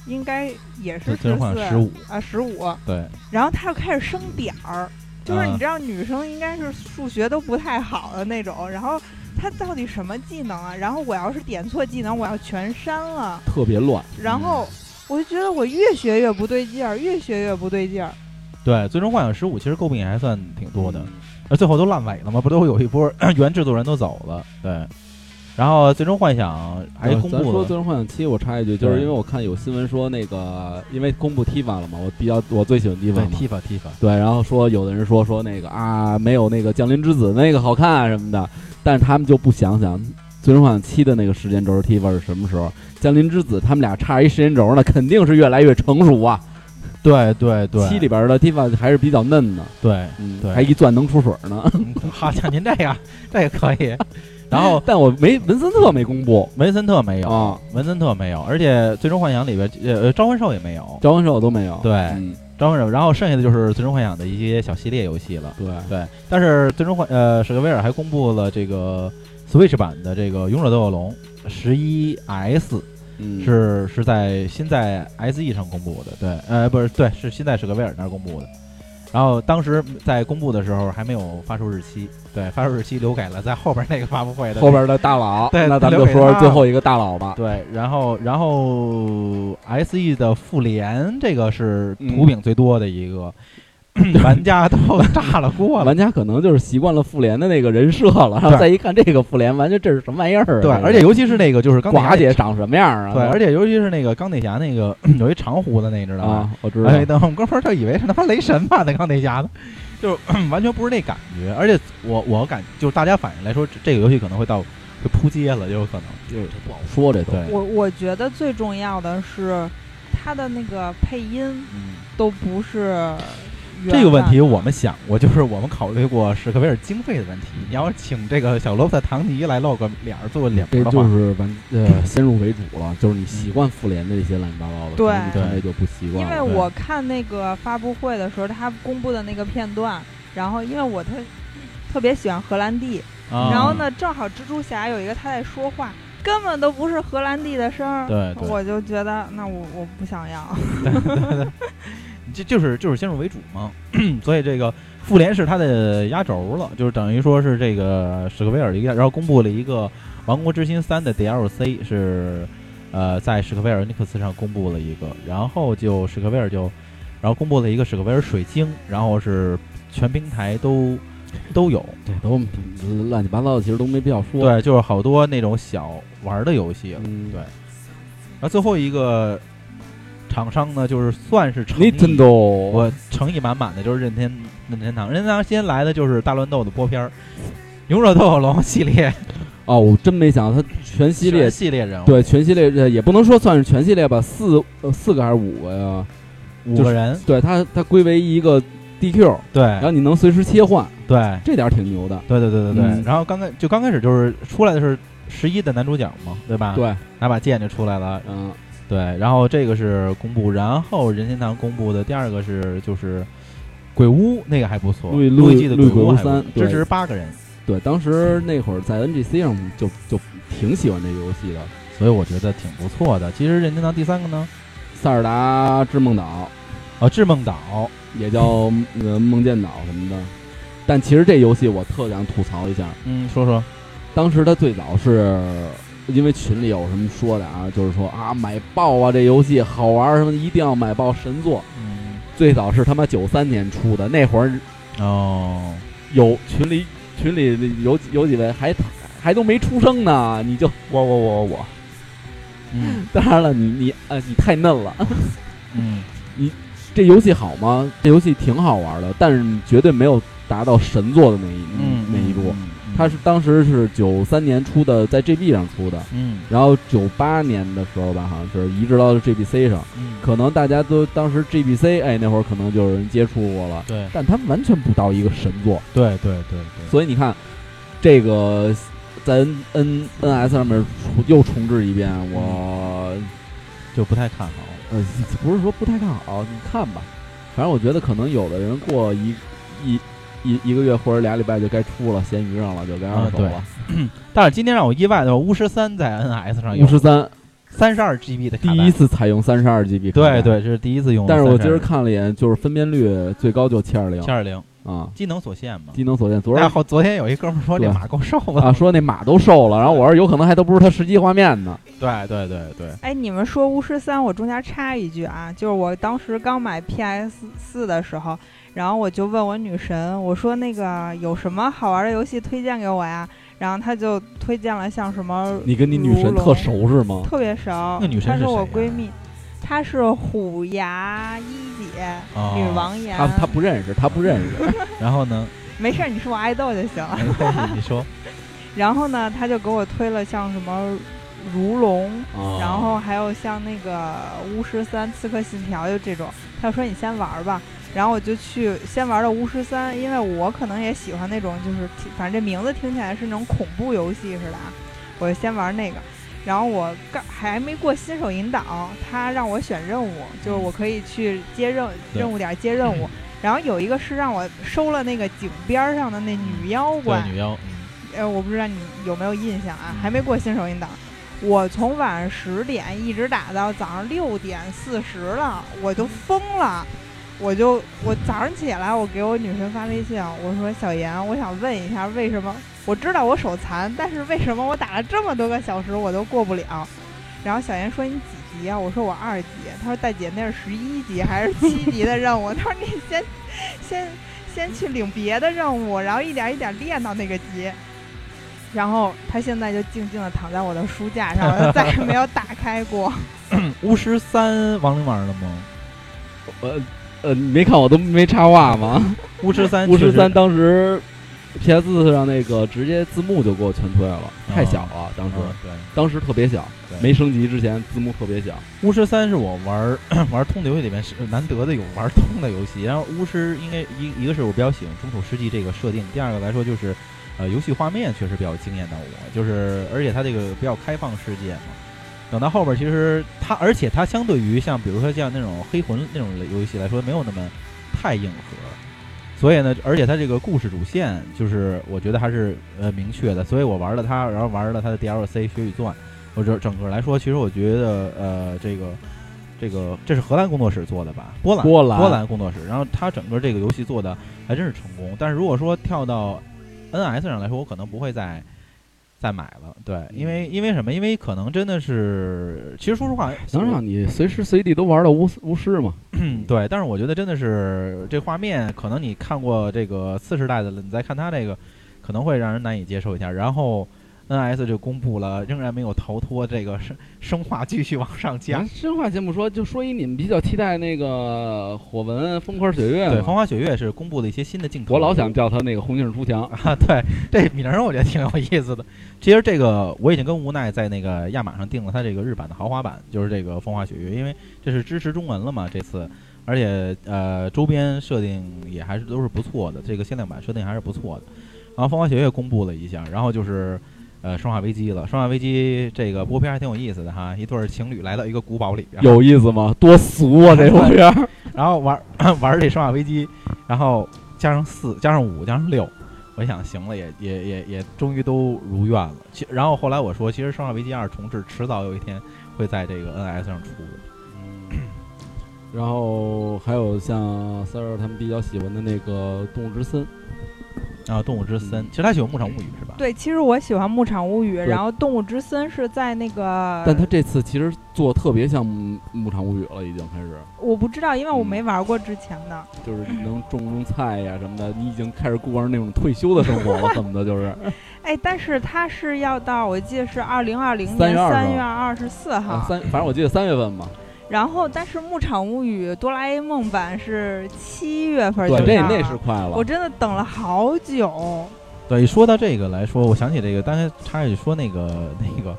应该也就是最十终幻四想十五，啊十五。对，然后他又开始升点儿，就是啊你知道女生应该是数学都不太好的那种，然后他到底什么技能啊？然后我要是点错技能，我要全删了。特别乱，然嗯后我就觉得我越学越不对劲儿，越学越不对劲儿。对，最终幻想十五其实诟病也还算挺多的，而最后都烂尾了嘛，不都有一波 原制作人都走了，对。然后最终幻想还呃公咱布说《了最终幻想七》，我插一句，就是对因为我看有新闻说那个，因为公布 Tiva 了嘛，我比较我最喜欢 Tiva 对嘛， Tifa Tifa，对，然后说有的人说说那个啊，没有那个《降临之子》那个好看啊什么的，但是他们就不想想《最终幻想七》的那个时间轴 Tiva 是什么时候，《降临之子》他们俩差一时间轴呢，肯定是越来越成熟啊。对对对，七里边的 Tiva 还是比较嫩的，对，嗯，对还一钻能出水呢。 嗯 好，像您这个 这个可以。然后但我没文森特没公布文森特没有，啊，文森特没有，而且最终幻想里边呃呃招魂兽也没有，召唤兽都没有。对嗯，招魂兽。然后剩下的就是最终幻想的一些小系列游戏了。对，对，但是最终幻呃史克威尔还公布了这个 Switch 版的这个《勇者斗恶龙》十一 S 嗯，是是在新在 SE 上公布的，对，呃不是对是新在史克威尔那儿公布的。然后当时在公布的时候还没有发售日期，对，发售日期留给了在后边那个发布会的后边的大佬，对那咱们就留给说他最后一个大佬吧。对，然后然后 S E 的复联这个是嗯图饼最多的一个， 玩家都炸了锅了。玩家可能就是习惯了复联的那个人设了，然后对再一看这个复联，完全这是什么玩意儿啊？对，这个而且尤其是那个就是钢铁侠寡姐长什么样啊？对，而且尤其是那个钢铁侠那个 有一长胡子那，你知道吗？啊，我知道，哎，等我们哥们儿就以为是他妈雷神吧，那钢铁侠呢，就是 完全不是那感觉。而且我我感就是大家反应来说，这这个游戏可能会到会扑街了，也有可能。就是不好说这都。对，我我觉得最重要的是，他的那个配音嗯。都不是原这个问题版我们想过，就是我们考虑过史克威尔经费的问题。你要是请这个小罗伯特·唐尼来露个脸儿做个脸这盆的就话，是玩呃先入为主了，就是你习惯复联的这些乱七八糟的，对可能你看这就不习惯因为了。我看那个发布会的时候，他公布的那个片段，然后因为我特特别喜欢荷兰弟，啊然后呢，正好蜘蛛侠有一个他在说话，根本都不是荷兰弟的声儿，对对我就觉得那我我不想要， 这就是就是先入为主嘛。 所以这个复联是他的压轴了，就是等于说是这个史克威尔一个，然后公布了一个《王国之心三》的 DLC 是。呃，在史克威尔尼克斯上公布了一个，然后就史克威尔就，然后公布了一个史克威尔水晶，然后是全平台都都有，这都乱七八糟的，其实都没必要说。，对，就是好多那种小玩儿的游戏了。嗯，对然后最后一个厂商呢，就是算是诚意， ，Nintendo，我诚意满满的就是任天任天堂。任天堂先来的就是大乱斗的播片儿，《勇者斗恶龙》系列哦，我真没想到它全系列全系列人物，对全系列这也不能说算是全系列吧，四呃四个还是五个呀？五个人，对它它归为一个 DQ，对然后你能随时切换，对这点儿挺牛的。对对对对对。嗯然后刚开就刚开始就是出来的是十一的男主角嘛，对吧？，对，拿把剑就出来了，嗯，对。然后这个是公布，然后任天堂公布的第二个是就是。鬼屋那个还不错，路易路易记的路易鬼鬼屋还不三错对支持八个人，对，当时那会儿在 NGC 上就就挺喜欢这游戏的，《所以我觉得挺不错的。其实任天堂第三个呢，哦塞尔达之梦岛》呃，《致梦岛》也叫呃梦见岛什么的，但其实这游戏我特想吐槽一下，嗯，说说，当时它最早是因为群里有什么说的啊，就是说啊买爆啊这游戏好玩儿什么一定要买爆神作。嗯，最早是他妈九三年出的，那会儿哦，有群里群里有有几位还还都没出生呢，你就我我我我，嗯当然了，你你呃你太嫩了。嗯，这游戏好吗？这游戏挺好玩的，但是绝对没有达到神作的那一嗯那一步。，它是当时是九三年出的，在 GB 上出的，嗯然后九八年的时候吧，好像是移植到 GBC 上。嗯，可能大家都当时 GBC，哎，那会儿可能就有人接触过了，对但它完全不到一个神作。对对对对，所以你看，这个在 N N N S 上面重又重置一遍，我就不太看好。呃，不是说不太看好，你看吧。反正我觉得可能有的人过一一一一个月或者俩礼拜就该出了，闲鱼上了就该二手啊了。但是今天让我意外的，《巫师三》在 NS 上有五十三，三十二 GB 的卡第带一，次采用三十二 GB，卡带对。对，这是第一次用32。但是我今儿看了一眼，就是分辨率最高就七二零七二零啊，机能所限嘛。机能所见。昨然儿后昨天有一哥们儿说这对马够瘦啊了，说那马都瘦了，然后我说有可能还都不是它实际画面呢。对对对对，哎，你们说《巫师三》，我中间插一句啊，就是我当时刚买 PS 四的时候，然后我就问我女神，我说那个有什么好玩的游戏推荐给我呀？然后她就推荐了像什么，你跟你女神特熟是吗？特别熟，嗯那女神她是是谁呀我啊闺蜜，她是虎牙一姐，哦女王岩。她她不认识，她不认识。然后呢，没事儿，你说我爱豆就行了。没关系，你说，然后呢，她就给我推了像什么如龙，啊然后还有像那个《巫师三》《刺客信条》就这种，他说你先玩儿吧，然后我就去先玩了《巫师三》，因为我可能也喜欢那种就是挺反正这名字听起来是那种恐怖游戏似的啊，我就先玩那个。然后我刚还没过新手引导，他让我选任务，就是我可以去接任对任务点儿接任务。然后有一个是让我收了那个井边儿上的那女妖怪，对女妖，嗯呃，我不知道你有没有印象啊，还没过新手引导，我从晚上十点一直打到早上六点四十了，我都疯了。我就我早上起来，我给我女神发微信，我说小严，我想问一下，为什么我知道我手残，但是为什么我打了这么多个小时我都过不了？然后小严说你几级啊？我说我二级。他说大姐那是十一级还是七级的任务？ 他说你先先先去领别的任务，然后一点一点练到那个级。然后他现在就静静的躺在我的书架上， 我就再也没有打开过。巫师三亡灵玩了吗？呃呃，你没看我都没插话吗？巫师三，巫师三当时 PS 四上那个直接字幕就给我全退了，太小了，当时、嗯对，当时特别小对，没升级之前字幕特别小。巫师三是我玩儿 玩儿通的游戏里面是呃难得的有玩儿通的游戏。然后巫师应该一一个是我比较喜欢中土世纪这个设定，第二个来说就是，呃，游戏画面确实比较惊艳到我，就是而且它这个比较开放世界嘛。等到后边儿其实它，而且它相对于像比如说像那种黑魂那种游戏来说，没有那么太硬核。所以呢，而且它这个故事主线就是我觉得还是呃明确的，所以我玩了它，然后玩了它的 DLC《血与钻》，我这整个来说，其实我觉得呃，这个这个这是荷兰工作室做的吧？波兰波兰波兰工作室，然后它整个这个游戏做的还真是成功。但是如果说跳到 NS 上来说，我可能不会再再买了，对，因嗯为因为什么？因为可能真的是，其实说实话，能哎让你随时随地都玩到巫巫师吗？嗯对，但是我觉得真的是这画面，可能你看过这个次世代的了，你再看它这个，可能会让人难以接受一下。然后 NS 就公布了，仍然没有逃脱这个生生化继续往上加咱。深哎话先不说，就说一你们比较期待那个火纹风花雪月对，《嘛风花雪月》是公布了一些新的镜头。啊我老想叫他那个红杏出墙，啊，对这名儿我觉得挺有意思的。其实这个我已经跟无奈在那个亚马上订了他这个日版的豪华版，就是这个《风花雪月》，因为这是支持中文了嘛，这次，而且呃周边设定也还是都是不错的，这个限量版设定还是不错的。然后《风花雪月》公布了一下，然后就是。呃，生化危机了。生化危机这个播片还挺有意思的哈，一对儿情侣来到一个古堡里边，有意思吗？多俗啊这玩意儿！然后玩 玩这生化危机，然后加上四，加上五，加上六，我想行了，也也也也终于都如愿了。其然后后来我说，其实生化危机二重置迟早有一天会在这个 NS 上出的。 然后还有像三儿他们比较喜欢的那个《动物之森》，啊，《动物之森》其实他喜欢《牧场物语》是吧？对，其实我喜欢《牧场物语》，对然后《动物之森》是在那个，但他这次其实做特别像牧《牧场物语》了，已经开始，我不知道，因为我嗯没玩过之前的。就是能种种菜呀什么的，你已经开始过上那种退休的生活 了，恨不得就是。哎，但是它是要到，我记得是二零二零3年月20三月二十四号、啊，三，反正我记得三月份嘛，然后，但是《牧场物语》哆啦 A 梦版是七月份就对，上这了那是快了我。真的等了好久。对，一说到这个来说，我想起这个，当时插一句说那个 那个《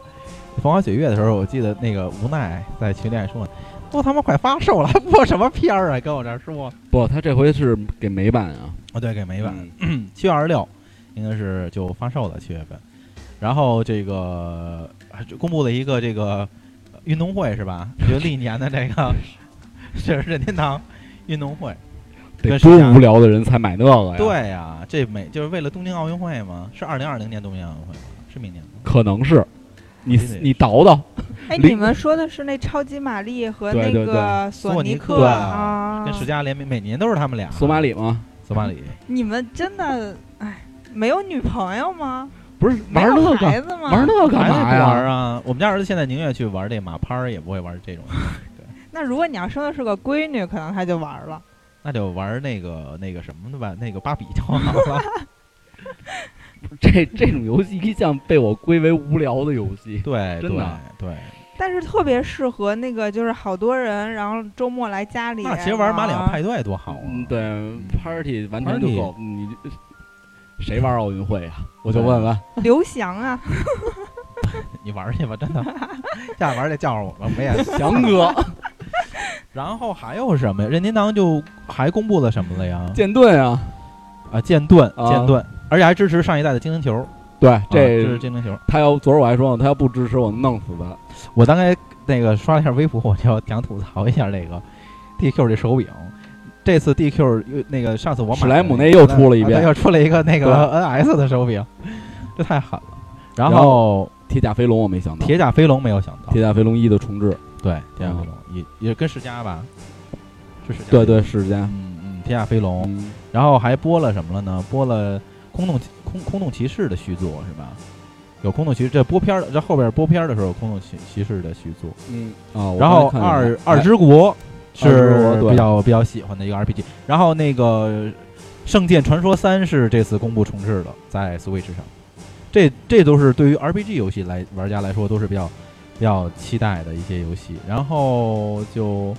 风花雪月》的时候，我记得那个无奈在群里还说呢，都他妈快发售了，还播什么片儿啊？跟我这儿说不，他这回是给美版啊，嗯啊，对，给美美版七月二十六应该是就发售了，七月份。然后这个还公布了一个这个呃运动会是吧？就历年的这 个这是任天堂运动会。得跟多谁呀无聊的人才买那个哎呀？，对呀、这每就是为了东京奥运会吗？是二零二零年东京奥运会吗？是明年吗？可能是。你真的你倒倒，哎，零你们说的是那超级玛丽和对那对个索尼克克啊？跟史嘉联名，每年都是他们俩。索马里吗？索马里，你们真的哎，没有女朋友吗？不是没玩有那孩个，子吗？玩那个干孩子嘛不玩呀？啊？我们家儿子现在宁愿去玩这马拍儿，也不会玩这种，那如果你要生的是个闺女，可能他就玩了。那就玩那个那个什么的吧，那个芭比就好 了。这这种游戏一向被我归为无聊的游 戏。对真对的啊对，但是特别适合那个，就是好多人，然后周末来家里。那其实玩马里奥派对多好啊！嗯，对，party 完全就 Party 啊够。你谁玩奥运会呀？我就 问问，刘翔啊， 你玩去吧，真 的，下玩儿得叫上我了，我也翔哥然后还有什么呀？任天堂就还公布了什么了呀？ 剑盾啊，啊，剑盾，啊剑盾，而且还支持上一代的精灵球，啊对，支持这精灵球。他要昨儿我还说呢，他要不支持我弄死他。我刚才那个刷了一下微博，我就想吐槽一下这个 DQ 这手柄。这次 DQ 又那个上次我买的史莱姆那那又出了一遍啊对又出了一个那对个 NS 的手柄，这太狠了。然然后铁甲飞龙我没想到，铁甲飞龙没有想到，铁甲飞龙一的重置，对铁甲飞龙也也跟世嘉吧，是世嘉对对，世家。嗯嗯，铁甲飞龙，嗯，然后还播了什么了呢？播了空洞空空洞骑士的续作是吧？有空洞骑士，这播片儿的，这后边播片儿的时候有空洞骑骑士的续作。嗯啊，我然后刚才看见了二哎二之国二之是国对比较比较喜欢的一个 RPG。然后那个《圣剑传说三》是这次公布重置的，在 Switch 上，这这都是对于 RPG 游戏来玩家来说都是比较比较期待的一些游戏。然后就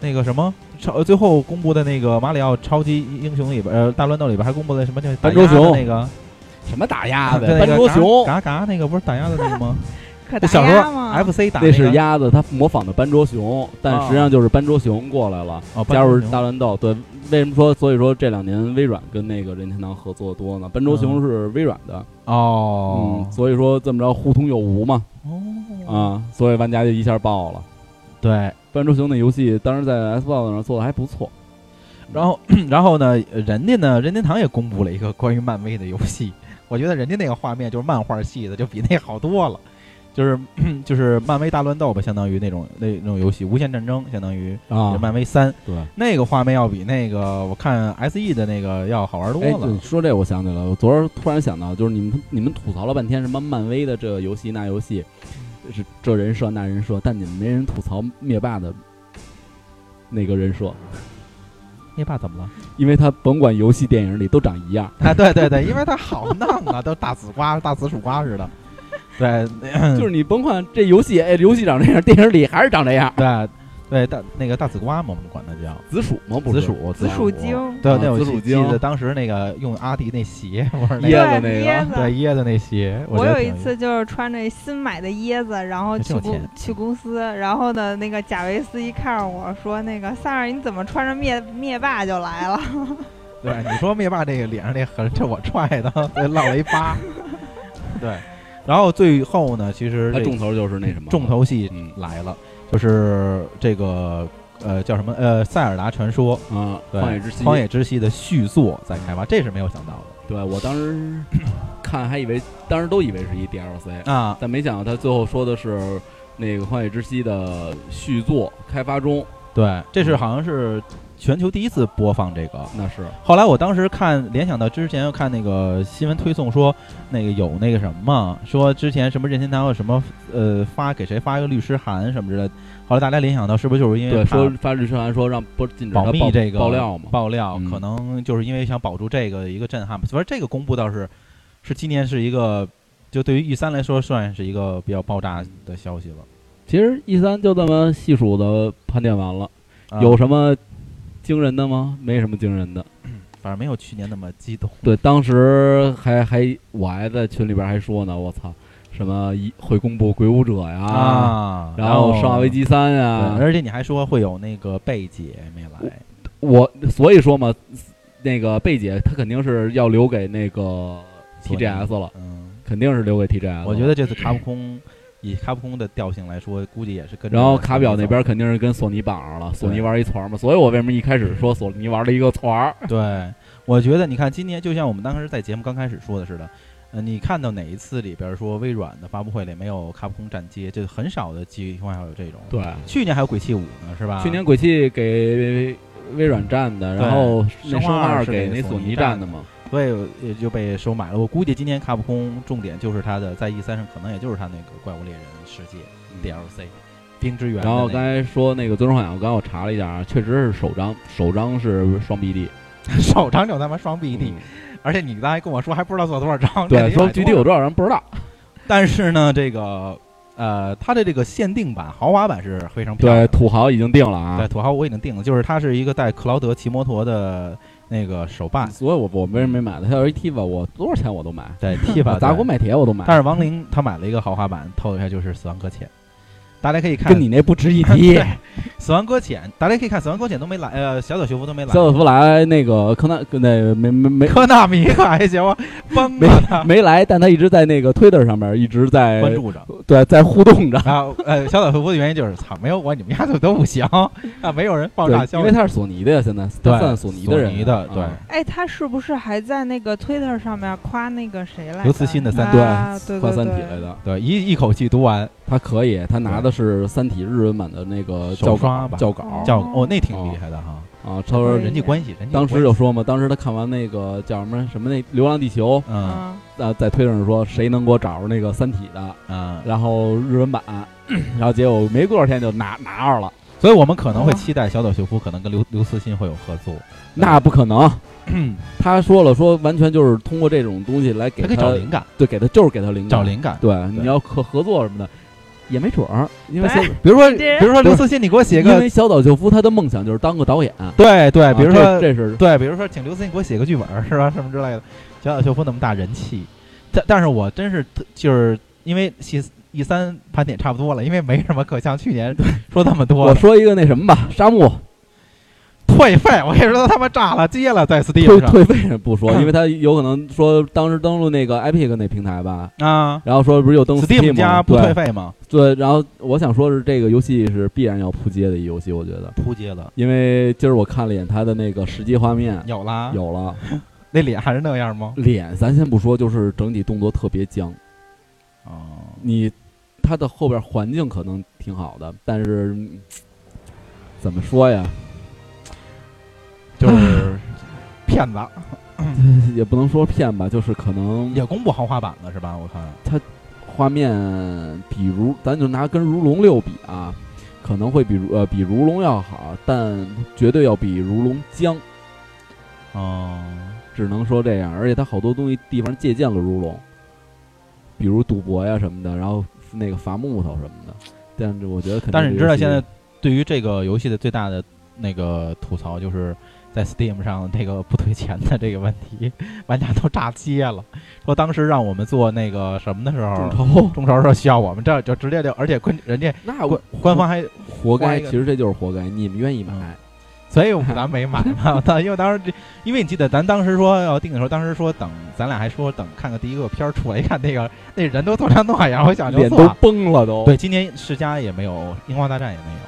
那个什么。超呃最后公布的那个马里奥超级英雄里边，呃，大乱斗里边还公布了什么叫斑鸠熊打鸭的那个什么打鸭子啊对呀？那斑个鸠嘎熊，嘎嘎那个不是打鸭的那个 吗？可就打小时鸭候吗？ FC 打那是个啊鸭子，它模仿的斑鸠熊，但实际上就是斑鸠熊过来了，哦，加入斑鸠熊大乱斗。对，为什么说？所以说这两年微软跟那个任天堂合作多呢？斑鸠熊是微软的，哦嗯，所以说这么着互通有无嘛，哦啊，所以玩家就一下爆了。对，斑鸠熊那游戏当时在 Xbox 上做的还不错，然后 然后呢，呃人家呢，任天堂也公布了一个关于漫威的游戏，我觉得人家那个画面就是漫画系的，就比那好多了。就是 就是漫威大乱斗吧，相当于那种那那种游戏，无限战争相当于啊，漫威三、对。那个画面要比那个我看 S E 的那个要好玩多哎，了对，。说这我想起来了，我昨儿突然想到，就是你们你们吐槽了半天什么漫威的这个游戏那游戏，是这人设那人设，但你们没人吐槽灭霸的那个人设，灭霸怎么了？因为他甭管游戏电影里都长一样， 啊，对对对，因为它好弄啊，都大紫瓜、大紫薯瓜似的。对，就是你甭管这游戏，哎，游戏长这样，电影里还是长这样，对对大那个大紫瓜嘛，我们管它叫。紫薯吗？不紫是薯，紫薯精对啊，那我紫记薯记精得当时那个用阿迪那鞋，我说那椰个子对那个椰子对椰子那鞋，我觉得有一挺次就是穿着新买的椰子，然后哎去这有公钱去公司，然后呢，那个贾维斯一看着我说：“那个萨尔，你怎么穿着灭灭霸就来了对你说灭霸这个脸上那痕，这我踹的，对，落了一疤。对，然后最后呢，其实他这重头就是那什么重，头戏嗯来了，就是这个呃叫什么呃塞尔达传说。啊，对荒野之息，荒野之息的续作在开发，这是没有想到对我当 时看还以为，当时都以为是一 DLC，的啊！但没想到他最后说的是那个《荒野之息》的续作开发中，对，这是好像是全球第一次播放这个。那是后来我当时看联想到之前看那个新闻推送说，那个有那个什么嘛，说之前什么任天堂有什么呃发给谁发一个律师函什么之类的。后来大家联想到是不是就是因为对，怕说发律师函说让不禁止他保密爆这个爆料嘛，爆料，嗯可能就是因为想保住这个一个震撼吧。反正这个公布倒是是今年是一个，就对于 E 三来说算是一个比较爆炸的消息了。其实 E 三就这么细数的盘点完了，啊有什么惊人的吗？没什么惊人的。反正没有去年那么激动。对，当时还还我还在群里边还说呢，我操，什么一会公布《鬼武者》呀，啊，然后《生化危机三》对呀，而且你还说会有那个贝姐没来，我所以说嘛，那个贝姐她肯定是要留给那个索尼 TGS 了，嗯，肯定是留给 TGS。我觉得。这次卡普空以卡普空的调性来说，估计也是跟着然后卡表那边肯定是跟索尼绑上了，索尼玩一团嘛，所以我为什么一开始说索尼玩了一个团儿？对，我觉得你看今年，就像我们当时在节目刚开始说的似的，呃，你看到哪一次里边说微软的发布会里没有卡普空站街，就很少的机会还有这种。，对，去年还有鬼泣五呢，是吧？去年鬼泣给微软占的，然后那生化生化二二是给给那索索尼尼占占的的嘛。所以也就被收买了。我估计今年卡普空重点就是它的在 E 三上，可能也就是它那个怪物猎人世界 DLC 冰之源的那个。嗯然后刚才说那个《最终幻想》，我刚才我查了一下啊，确实是首张，首张是双 BD， 手长有他妈双 BD，、嗯而且你刚才跟我说还不知道做多少张，对，说具具体体有多少人不知道。但是呢，这个呃，它的这个限定版豪华版是非常漂亮对，的。土豪已经定了啊对，。土豪我已经定了，就是它是一个带克劳德骑摩托的那个手办，所以我我为什么没买呢？它要是一 T 吧，我多少钱我都买，对 T 吧，砸锅卖铁我都买。但是亡灵他买了一个豪华版，透一下就是《死亡搁浅》，大家可以看跟你那不值一 提对。 死亡搁浅》，大家可以看《死亡搁浅》都没来，呃，小岛秀夫都没来，肖瑟夫来那个柯南，那没没没科纳米可还行啊，崩没了他，没来，但他一直在那个 Twitter 上面一直在关注着。对在互动着。啊，呃，小岛秀夫的原因就是操，没有我你们家就都不行啊，没有人爆炸对，因消为息。他是索尼的呀，现在他算索尼的人啊，索的，对，啊哎，他是不是还在那个 Twitter 上面夸那个谁来着？刘慈欣的三对啊对换对三体对来的，对，一一口气读完，他可以，他拿的是《三体》日文版的那个手教刷稿吧教稿叫哦，那挺厉害的哈，啊，他说对人际关系，人际当关时系就说嘛，当时他看完那个叫什么什么那《流浪地球》，嗯嗯，啊，在推特上说谁能给我找着那个《三体》的，嗯，然后日文版， 然后结果没多少天就拿拿着了，所以我们可能会期待小岛秀夫可能跟刘刘慈欣会有合作，那不 可能。他说了，说完全就是通过这种东西来给他可以嗯找灵感，对，给他就是给他灵感，找灵感。对，对你要合合作什么的，也没准儿，因为哎小比如说，这比如说刘慈欣，你给我写因个为小岛秀夫他的梦想就是当个导演，对对，哎比如啊说这这是对，比如说请刘慈欣给我写个剧本儿是吧，什么之类的。小岛秀夫那么大人气，但但是我真是特就是因为戏一三盘点差不多了，因为没什么可像去年说那么多我的。说一个那什么吧，沙漠退费，我跟你说都他妈炸了街了，在 Steam 退上退费不说， 因为他有可能说当时登录那个 Epic 那平台吧，啊然后说不是又登，Steam 家吗不退对费吗？对，然后我想说是这个游戏是必然要扑街的一游戏，我觉得，扑街了，因为今儿我看了一眼它的那个实际画面，有啊啦，有了那脸还是那样吗？脸，咱先不说，就是整体动作特别僵，哦，你它的后边环境可能挺好的，但是嗯怎么说呀， 就是骗子，也不能说骗吧，就是可能也公布豪华版了是吧？我看画面，比如咱就拿跟《如龙六》比啊，可能会比如呃比《如龙》要好，但绝对要比《如龙》僵，哦，只能说这样。而且它好多东西地方借鉴了《如龙》，比如赌博呀什么的，然后那个伐木头什么的。但是我觉得肯定，但是你知道现在对于这个游戏的最大的那个吐槽就是。在 Steam 上这个不退钱的这个问题，玩家都炸街了。说当时让我们做那个什么的时候众， 筹，众筹的时候需要我们这就直接就，而且官人家那官官方还，活换该，一个嗯其实这就是活该。你们愿意买，所以我们咱没买 嘛。但因为啊当时这，因为你记得咱当时说要定的时候，当时说等咱俩还说等看个第一个片儿出来，一看那个那人都做成那样，我想就脸做都崩了都。啊对，，今年世嘉也没有，《樱花大战》也没有，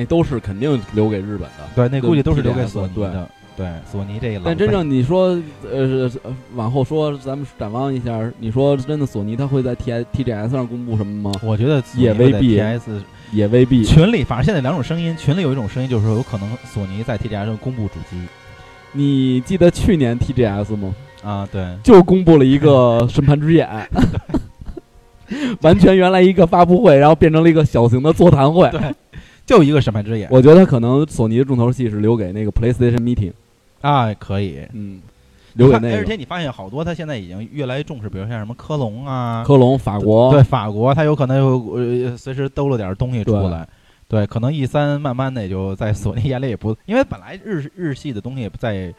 那都是肯定留给日本的。对，那估计都是留给 TGS 索尼的。对，索尼这一老但辈。真正你说，呃，呃往后说，咱们展望一下，你说真的，索尼它会在 T I T G S 上公布什么吗？我觉得索尼也未在必 TS 也未必。群里反正现在两种声音，群里有一种声音就是说，有可能索尼在 TGS 上公布主机你记得去年 TGS 吗？啊，对，就公布了一个《审判之眼》， 完全原来一个发布会，然后变成了一个小型的座谈会。就一个审判之眼我觉得可能索尼的重头戏是留给那个 PlayStation Meeting，啊，可以。嗯，留给 那而个且你发现好多，他现在已经越来越重视，比如像什么科隆啊，科隆、法国，对法国，他有可能有呃随时兜了点东西出对来。对，可能 E 三慢慢的也就在索尼眼里也不， 因为本来日日系的东西在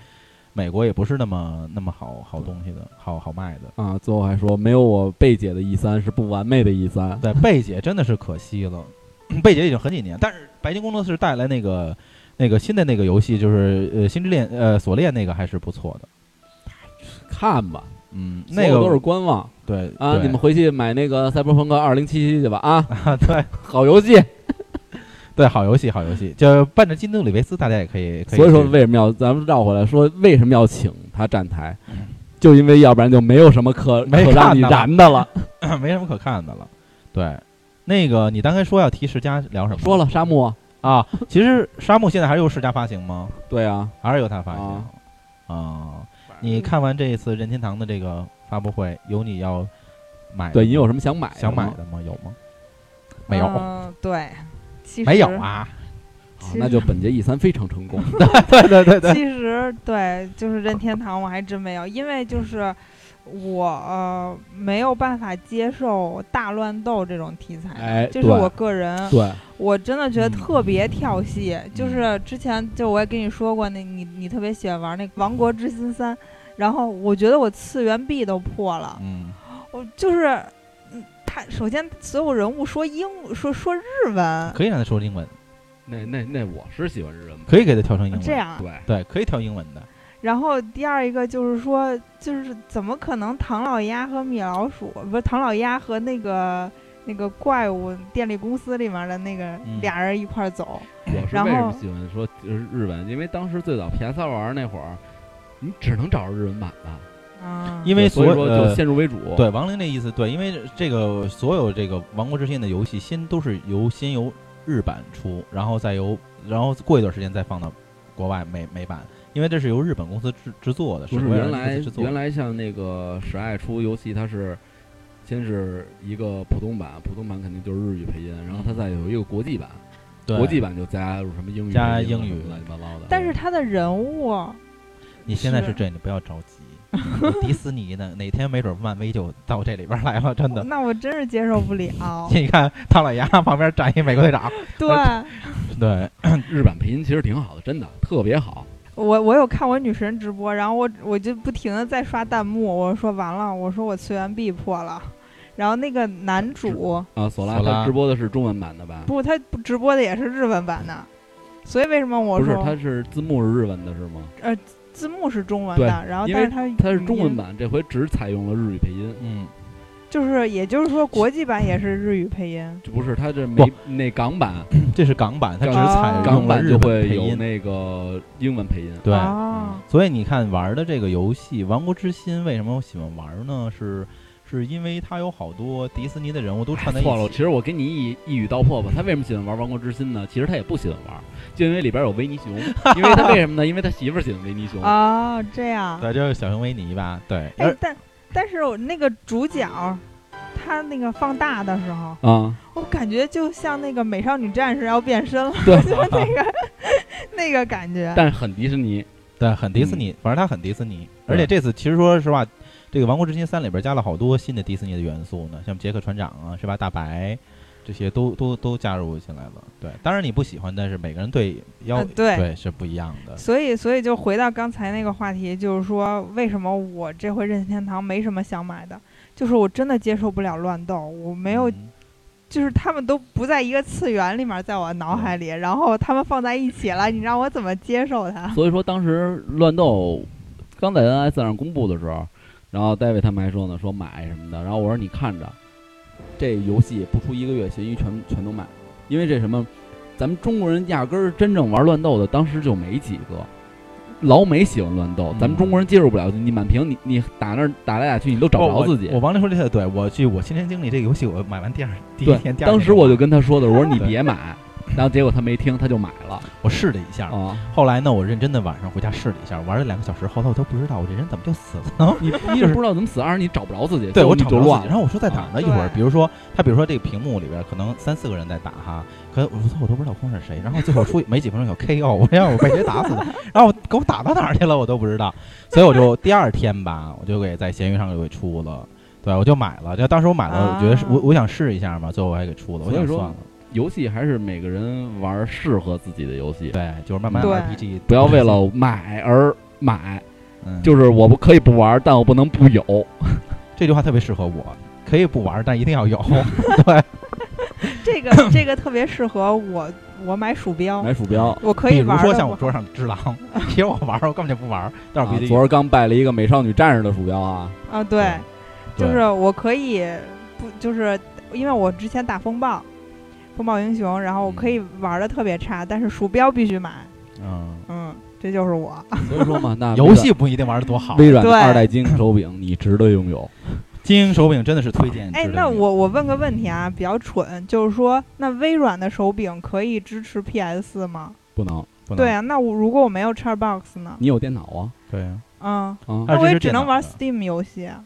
美国也不是那么那么好好东西的，好好卖的。啊，最后还说没有我贝姐的 E 三是不完美的 E 三。对，贝姐真的是可惜了， 贝姐已经很几年，但是白金工作室带来那个那个新的那个游戏，就是呃《星之恋》呃《锁链》那个还是不错的，看吧，嗯，所那有都是个观望对啊，对你们回去买那个《赛博朋克2077》去吧啊，啊对好游戏。对好游戏好游戏，就奔着金德里维斯，大家也可以可以去。所以说为什么要咱们绕回来说为什么要请他站台嗯，就因为要不然就没有什么可没可看让你的了燃的了。没什么可看的了。对，那个你刚才说要提世嘉聊什么？说了沙漠，啊，其实沙漠现在还是由世嘉发行吗？对啊，还是由它发行啊啊、你看完这一次任天堂的这个发布会，有你要买的对，吗你有什么想买的吗想买的吗？有吗？没有，嗯，对，其实没有啊。啊其那实就本届 E 三非常成 功。对对对对，其 实对，就是任天堂，我还真没有，因为就是我、呃没有办法接受大乱斗这种题材，哎，这对是我个人，对，我真的觉得嗯特别跳戏。就是之前就我也跟你说过，那你你特别喜欢玩那《王国之心三》，然后我觉得我次元壁都破了，嗯，我就是。嗯，他首先所有人物说英说说日文，可以让他说英文，那那那我是喜欢日文，可以给他调成英文。这样啊对，对，可以调英文的。然后第二一个就是说，就是怎么可能唐老鸭和米老鼠不是唐老鸭和那个那个怪物电力公司里面的那个嗯俩人一块儿走？我是然为什么后喜欢说日日文？因为当时最早 PS 二玩那会儿，你只能找着日文版的，啊，因为所所以有说就呃先入为主。对，亡灵这意思，对，因为这个所有这个《王国之心》的游戏，先都是由先由日版出，然后再由然后过一段时间再放到国外美美版，因为这是由日本公司制制作的，不是是微软原来公司制作原的。来像那个十爱出游戏，它是先是一个普通版，普通版肯定就是日语配音，然后嗯它再有一个国际版，对国际版就加入什么英语加配音啊英语什么乱七八糟的。但是他的人物，你现在啊是是这，你不要着急。有 迪士尼呢，哪天没准漫威就到这里边来了，真的。。那我真是接受不了 哦你看唐老鸭旁边站一美国队长，对呃对，日版配音其实挺好的，真的特别好。我，我有看我女神直播，然后我我就不停的在刷弹幕，我说完了，我说我次元壁破了。然后那个男主啊，索拉索拉他直播的是中文版的吧？不，他直播的也是日文版的，所以为什么我不是，说他是字幕是日文的是吗？字幕是中文对的，然后因但为是它它是语中文音，版，这回只采用了日语配音。嗯，就是也就是说国际版也是日语配音。就不是，它这没那港版，这是港版，它只港采哦用港了版日就本会配有音。那个英文配音。对，哦所以你看玩的这个游戏《王国之心》，为什么我喜欢玩呢？是是因为它有好多迪士尼的人物都串在一错了，其起。实我跟你一一语道破吧。他为什么喜欢玩《王国之心》呢？其实他也不喜欢玩，就因为里边有维尼熊。因为他为什么呢？因为他媳妇儿喜欢维尼熊。啊、哦，这样。对，就是小熊维尼吧？对，哎而，但但是我那个主角，他那个放大的时候，啊，我感觉就像那个美少女战士要变身了，对 就是那个那个感觉。但是很迪士尼。对，很迪士尼，反正它很迪士尼。对而且这次其实说实话，这个《王国之心三》里边加了好多新的迪士尼的元素呢，像杰克船长啊，是吧？大白这些都都都加入进来了。对，当然你不喜欢，但是每个人对要、啊对是不一样的。所以，所以就回到刚才那个话题，就是说，为什么我这回任天堂没什么想买的？就是我真的接受不了乱斗，我没有嗯就是他们都不在一个次元里面，在我脑嗯海里，然后他们放在一起了，你让我怎么接 受它？所以说当时乱斗刚在 NS 上公布的时候，然后 David 他们还说呢，说买什么的。然后我说你看着，这游戏不出一个月，闲鱼全全都卖，因为这什么，咱们中国人压根儿真正玩乱斗的，当时就没几个。老美喜欢乱斗，咱嗯们中国人接受不了。你满屏，你你打那儿打来打去，你都找不哦着我自己我。王林说这个对，我去我亲身经历这个游戏，我买完第二第一对天，第二当天时我就买跟他说的，我说你对别买，然后结果他没听，他就买 了我试了一下，啊。后来呢，我认真的晚上回家试了一下，玩了两个小时，后头我都不知道我这人怎么就死了 呢。你你也不知道怎么死，二是你找不着自己，对我找找不就着自乱啊己，了。然后我说在哪儿呢？一会儿，对比如说他，比如说这个屏幕里边可能三四个人在打哈，可我说我都不知道空是谁，然后最后出去没几分钟有 KO，我让我被谁打死的，然后我给我打到哪儿去了我都不知道，所以我就第二天吧，我就给在闲鱼上就给出了，对我就买了，这当时我买了，我觉得是啊我我想试一下嘛，最后我还给出了，我所以想说算了，游戏还是每个人玩适合自己的游戏，对，就是慢慢对 RPG，不要 为了买而买。嗯就是我不可以不玩，但我不能不有。这句话特别适合我，可以不玩，但一定要有，对。这个这个特别适合我，我买鼠标， 买鼠标。我 可比以如玩。说像我，桌上的只狼， 其实我玩儿我根本就不玩儿，但是我啊必须昨儿刚拜了一个美少女战士的鼠标 啊，啊，对，对就是我可以不，就是因为我之前打风暴，风暴英雄，然后我可以玩的特别差，但是鼠标必须买，嗯，嗯，这就是我。所以说嘛，那游戏不一定玩的多好。微软的对二代精英手柄 你值得拥有。精英手柄真的是推荐。哎啊值，得那用我我问个问题啊，比较蠢，就是说，那微软的手柄可以支持 PS 吗？不能，不能对啊，那我如果我没有 Xbox 呢？你有电脑啊对啊，嗯，啊它那是我支也持只电能脑玩的 Steam 游戏啊。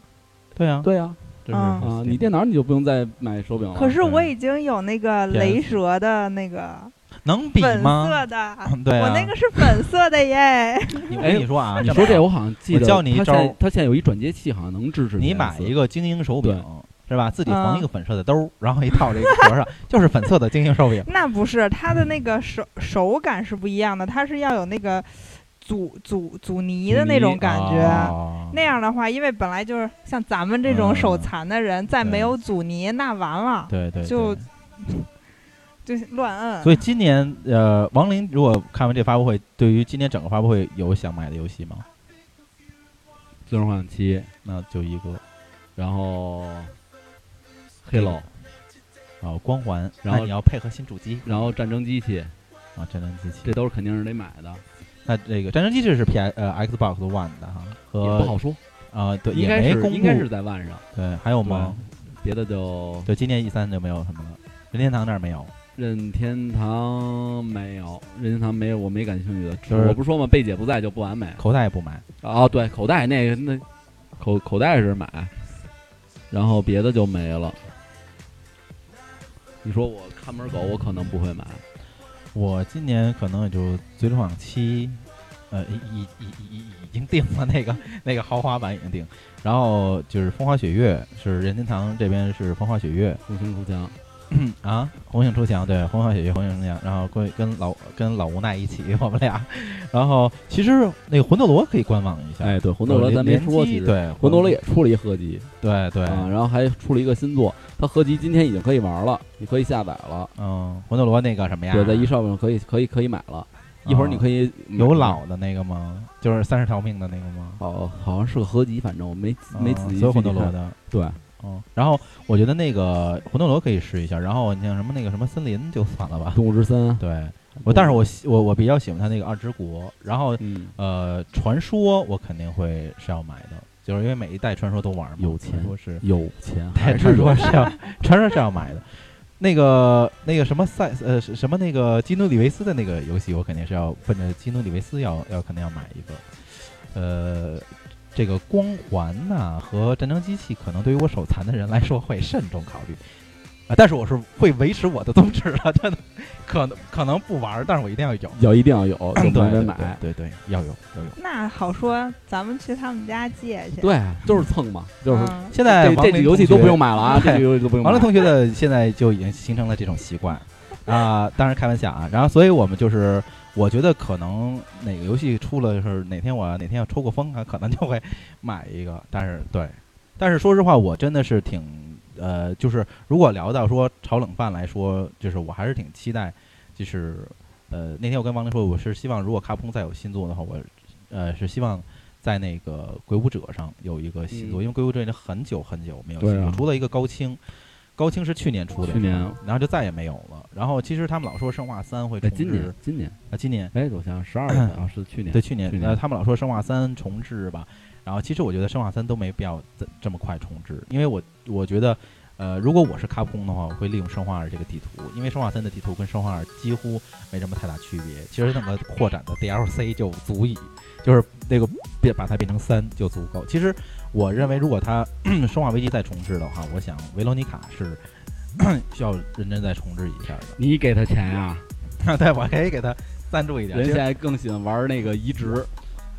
对啊，对啊这是嗯啊， Steam 你电脑你就不用再买手柄了。可是我哦对已经有那个 PS 雷蛇的那个能比粉吗？色的， 对啊，我那个是粉色 的耶。你我跟你说啊，你说这样，我好像记得，我教你一它现在招它现在有一转接器，好像能支持 PS。你买一个精英手柄对。是吧？自己缝嗯一个粉色的兜儿，然后一套这个盒上，就是粉色的精英手柄。那不是它的那个手手感是不一样的，它是要有那个阻阻阻尼的那种 感觉。啊哦那样的话，因为本来就是像咱们这种手残的人，再没有阻尼，那完了，对对，就对就是乱摁。所以今年呃，王林如果看完这发布会，对于今年整个发布会有想买的游戏吗？最终幻想七，那就一个然后 Halo，啊，光环，然后那你要配合新主机然后战争机器，啊，战争机器这。都是肯定是得买的，那这个战争机器是 P S 呃 Xbox One 的哈，也和不好说，啊、对，应也该没是公布，应该是啊在万上，对，还有吗？别的就对，今年 E 三就没有什么了，任天堂那儿没有，任天堂没有，任天堂没有，我没感兴趣的。就是我不是说嘛，贝姐不在就不完美。口袋也不买，啊，对，口袋那个那口口袋是买，然后别的就没了。你说我看门狗，我可能不会买。我今年可能也就《最终幻想七》，呃，已已已已已经定了，那个 那个豪华版已经定，然后就是《风花雪月》是任天堂这边是《风花雪月入侵出墙，》啊，红杏出墙，对，《风花雪月》红杏出墙，然后跟跟老跟老无奈一起，我们俩，然后其实那个魂斗罗可以观望一下，哎，对，魂魂斗罗咱没说，其实对，魂斗罗也出了一合集对对，啊，然后还出了一个新作，它合集今天已经可以玩了，你可以下载了，嗯，魂斗罗那个什么呀？对，在 eShop 上可以可以可以买了。一会儿你可以以有老的那个吗？就是三十条命的那个吗？好，哦好像是个合集，反正我没没嗯仔细所有去魂斗罗看的。对，嗯，然后我觉得那个魂斗罗可以试一下，然后你像什么那个什么森林就算了吧。动物之森，对我，但是我喜我我比较喜欢他那个二之国，然后嗯，呃，传说我肯定会是要买的，就是因为每一代传说都玩嘛，有钱传说是有钱 对，还传是有说是要传说是要买的。那个那个什么赛呃是什么那个基努里维斯的那个游戏，我肯定是要奔着基努里维斯要要肯定要买一个。呃，这个光环呐、和战争机器，可能对于我手残的人来说会慎重考虑。啊、但是我是会维持我的宗旨的，真的，可能可能不玩，但是我一定要有，要一定要有，就嗯对不能对得买。对对，要有要有。那好说，咱们去他们家借去。对，就是 蹭嘛，就是嗯现在王这这几个林游戏同都学不用买了啊，这对几个游戏都不用买王乐。同学的现在就已经形成了这种习惯啊、当然开玩笑啊。然后，所以我们就是，我觉得可能哪个游戏出了，就是哪天我哪天要抽个风啊，可能就会买一个。但是对，但是说实话，我真的是挺呃，就是如果聊到说炒冷饭来说，就是我还是挺期待，就是呃，那天我跟王林说，我是希望如果卡普空再有新作的话，我呃是希望。在那个《鬼武者》上有一个新作，嗯因为《鬼武者》已经很久很久没有对新作，啊除了一个高清，高清是去年出的，去年，然后就再也没有了。然然后其实他们老说《生化三》会哎，重今置年，今年，啊，今年哎，我想想，十二月份啊，是去年，嗯对去年去，年呃，他们老说《生化三》重置吧，然后其实我觉得《生化三》都没必要这这么快重置，因为我我觉得，呃，如果我是卡普空的话，我会利用《生化二》这个地图，因为《生化三》的地图跟《生化二》几乎没什么太大区别，其实那么扩展的 DLC 就足以，就是那个变把它变成三就足够。其实我认为，如果它 《生化危机》再重置的话，我想维罗妮卡是 需要认真再重置一下 你给他钱啊？的，对，我可以给它赞助一点，人这现个在更喜欢玩那个移植，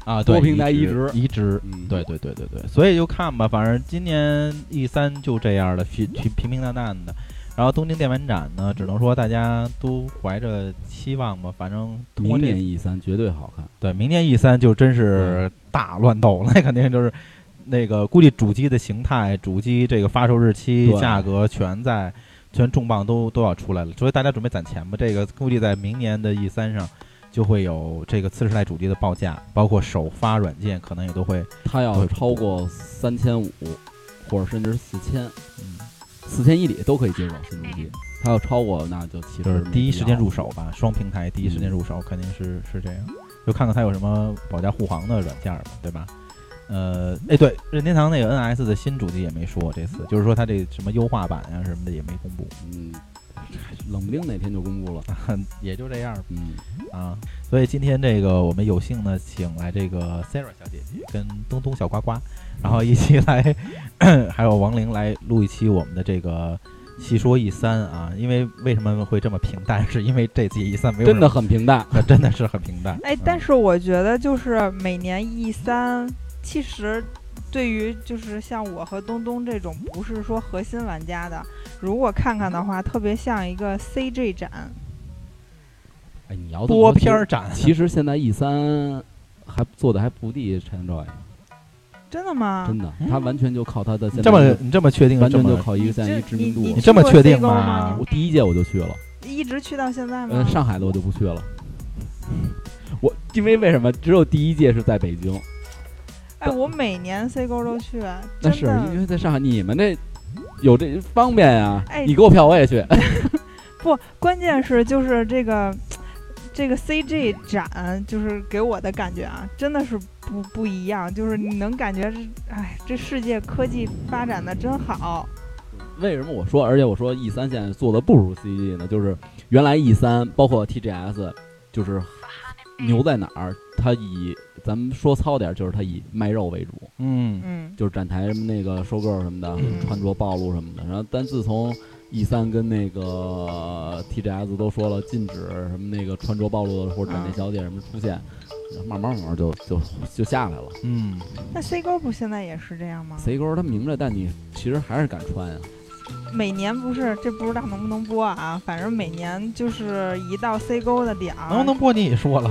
啊，多对平台移植移植。嗯，对对对对对，所以就看吧，反正今年 E 三就这样了，平平平平淡淡的。然后东京电玩展呢，只能说大家都怀着期望吧，反正通过明这年嗯 E 三绝对好看。对明年 E 三就真是大乱斗了，那肯定就是那个估计主机的形态、主机这个发售日期、对价格全在全重磅都都要出来了，所以大家准备攒钱吧。这个估计在明年的 E 三上就会有这个次世代主机的报价，包括首发软件可能也都会。它要对超过三千五，或者甚至四千，嗯四千以里都可以接受新主嗯机。它要超过，那就其就是实第一时间入手。手吧，双平台嗯第一时间入手肯定是是这样，就看看它有什么保驾护航的软件儿吧，对吧？呃，哎，对，任天堂那个 NS 的新主机也没说，这次就是说它这什么优化版啊什么的也没公布， 嗯，冷不丁哪天就公布了。啊也就这样吧嗯，啊。所以今天这个我们有幸呢，请来这个 Sarah 小姐姐跟东东小呱呱，然后一起来， 还有王玲来录一期我们的这个。细说 E 三啊，因为为什么会这么平淡？是因为这届 E 三没有真什么的很平淡。那 真的是很平淡。哎，但是我觉得就是每年 E 三，其实对于就是像我和东东这种不是说核心玩家的，如果看看的话，特别像一个 CG 展。哎，你嗯要这么多说片儿展，其实其实现在 E 三还做的还不敌 c h a n d r o i 真的吗？真的嗯，哎它完全就靠它的现你在 这么你这么确定完这全就么靠一个现在一知名你度啊你。这么去过确定 CGO 吗吗？我第一届我就去了，你一直去到现在吗呃，？上海的我就不去了。 我因为为什么只有第一届是在北京？哎，我每年 C 沟都去，啊那真是因的为在上海，你们这有这方便呀、哎你给我票我也去。不，关键是就是这个。这个 CG 展就是给我的感觉啊，真的是不不一样，就是你能感觉这，哎，这世界科技发展的真好。为什么我说，而且我说 E 三现在做的不如 CG 呢？就是原来 E 三包括 TGS，就是牛在哪儿？它以咱们说糙点儿，就是它以卖肉为主，嗯，嗯，就是展台什么那个收购什么的，嗯穿着暴露什么的。然后，但自从 E 三跟那个 TGS 都说了禁止什么那个穿着暴露的或者展台小姐什么出现，慢慢慢慢就就就下来了。嗯，那 C 沟不现在也是这样吗？贼沟他明着，但你其实还是敢穿呀、啊每年不是，这不知道能不能播啊，反正每年就是一到 C 沟的点儿，能不能播你也说了，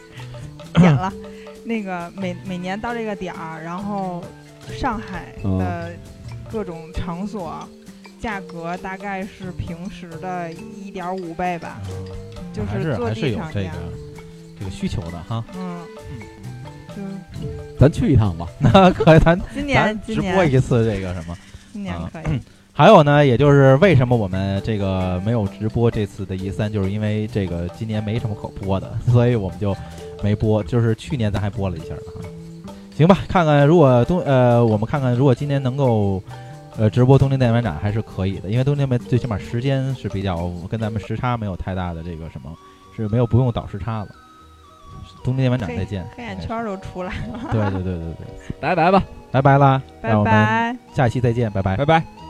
点 了。那个每每年到这个点儿，然后上海嗯的各种场所价格大概是平时的一点五倍吧，就嗯还是坐还是地有上这价个。这个需求的哈。 嗯，就咱去一趟吧。那可以，咱今嗯咱年直今播年一次这个什么。今年啊可以，还有呢，也就是为什么我们这个没有直播这次的 E 三，就是因为这个今年没什么可播的，所以我们就没播。就是去年咱还播了一下呢。行吧，看看如果东呃，我们看看如果今年能够呃直播东京电玩展还是可以的，因为东京电最起码时间是比较跟咱们时差没有太大的这个什么，是没有不用倒时差了。东京电玩展再见，哎黑眼圈儿都出来了，对对对对对，拜拜吧。拜拜啦，啊拜让我们拜。下期再见，拜拜拜。拜。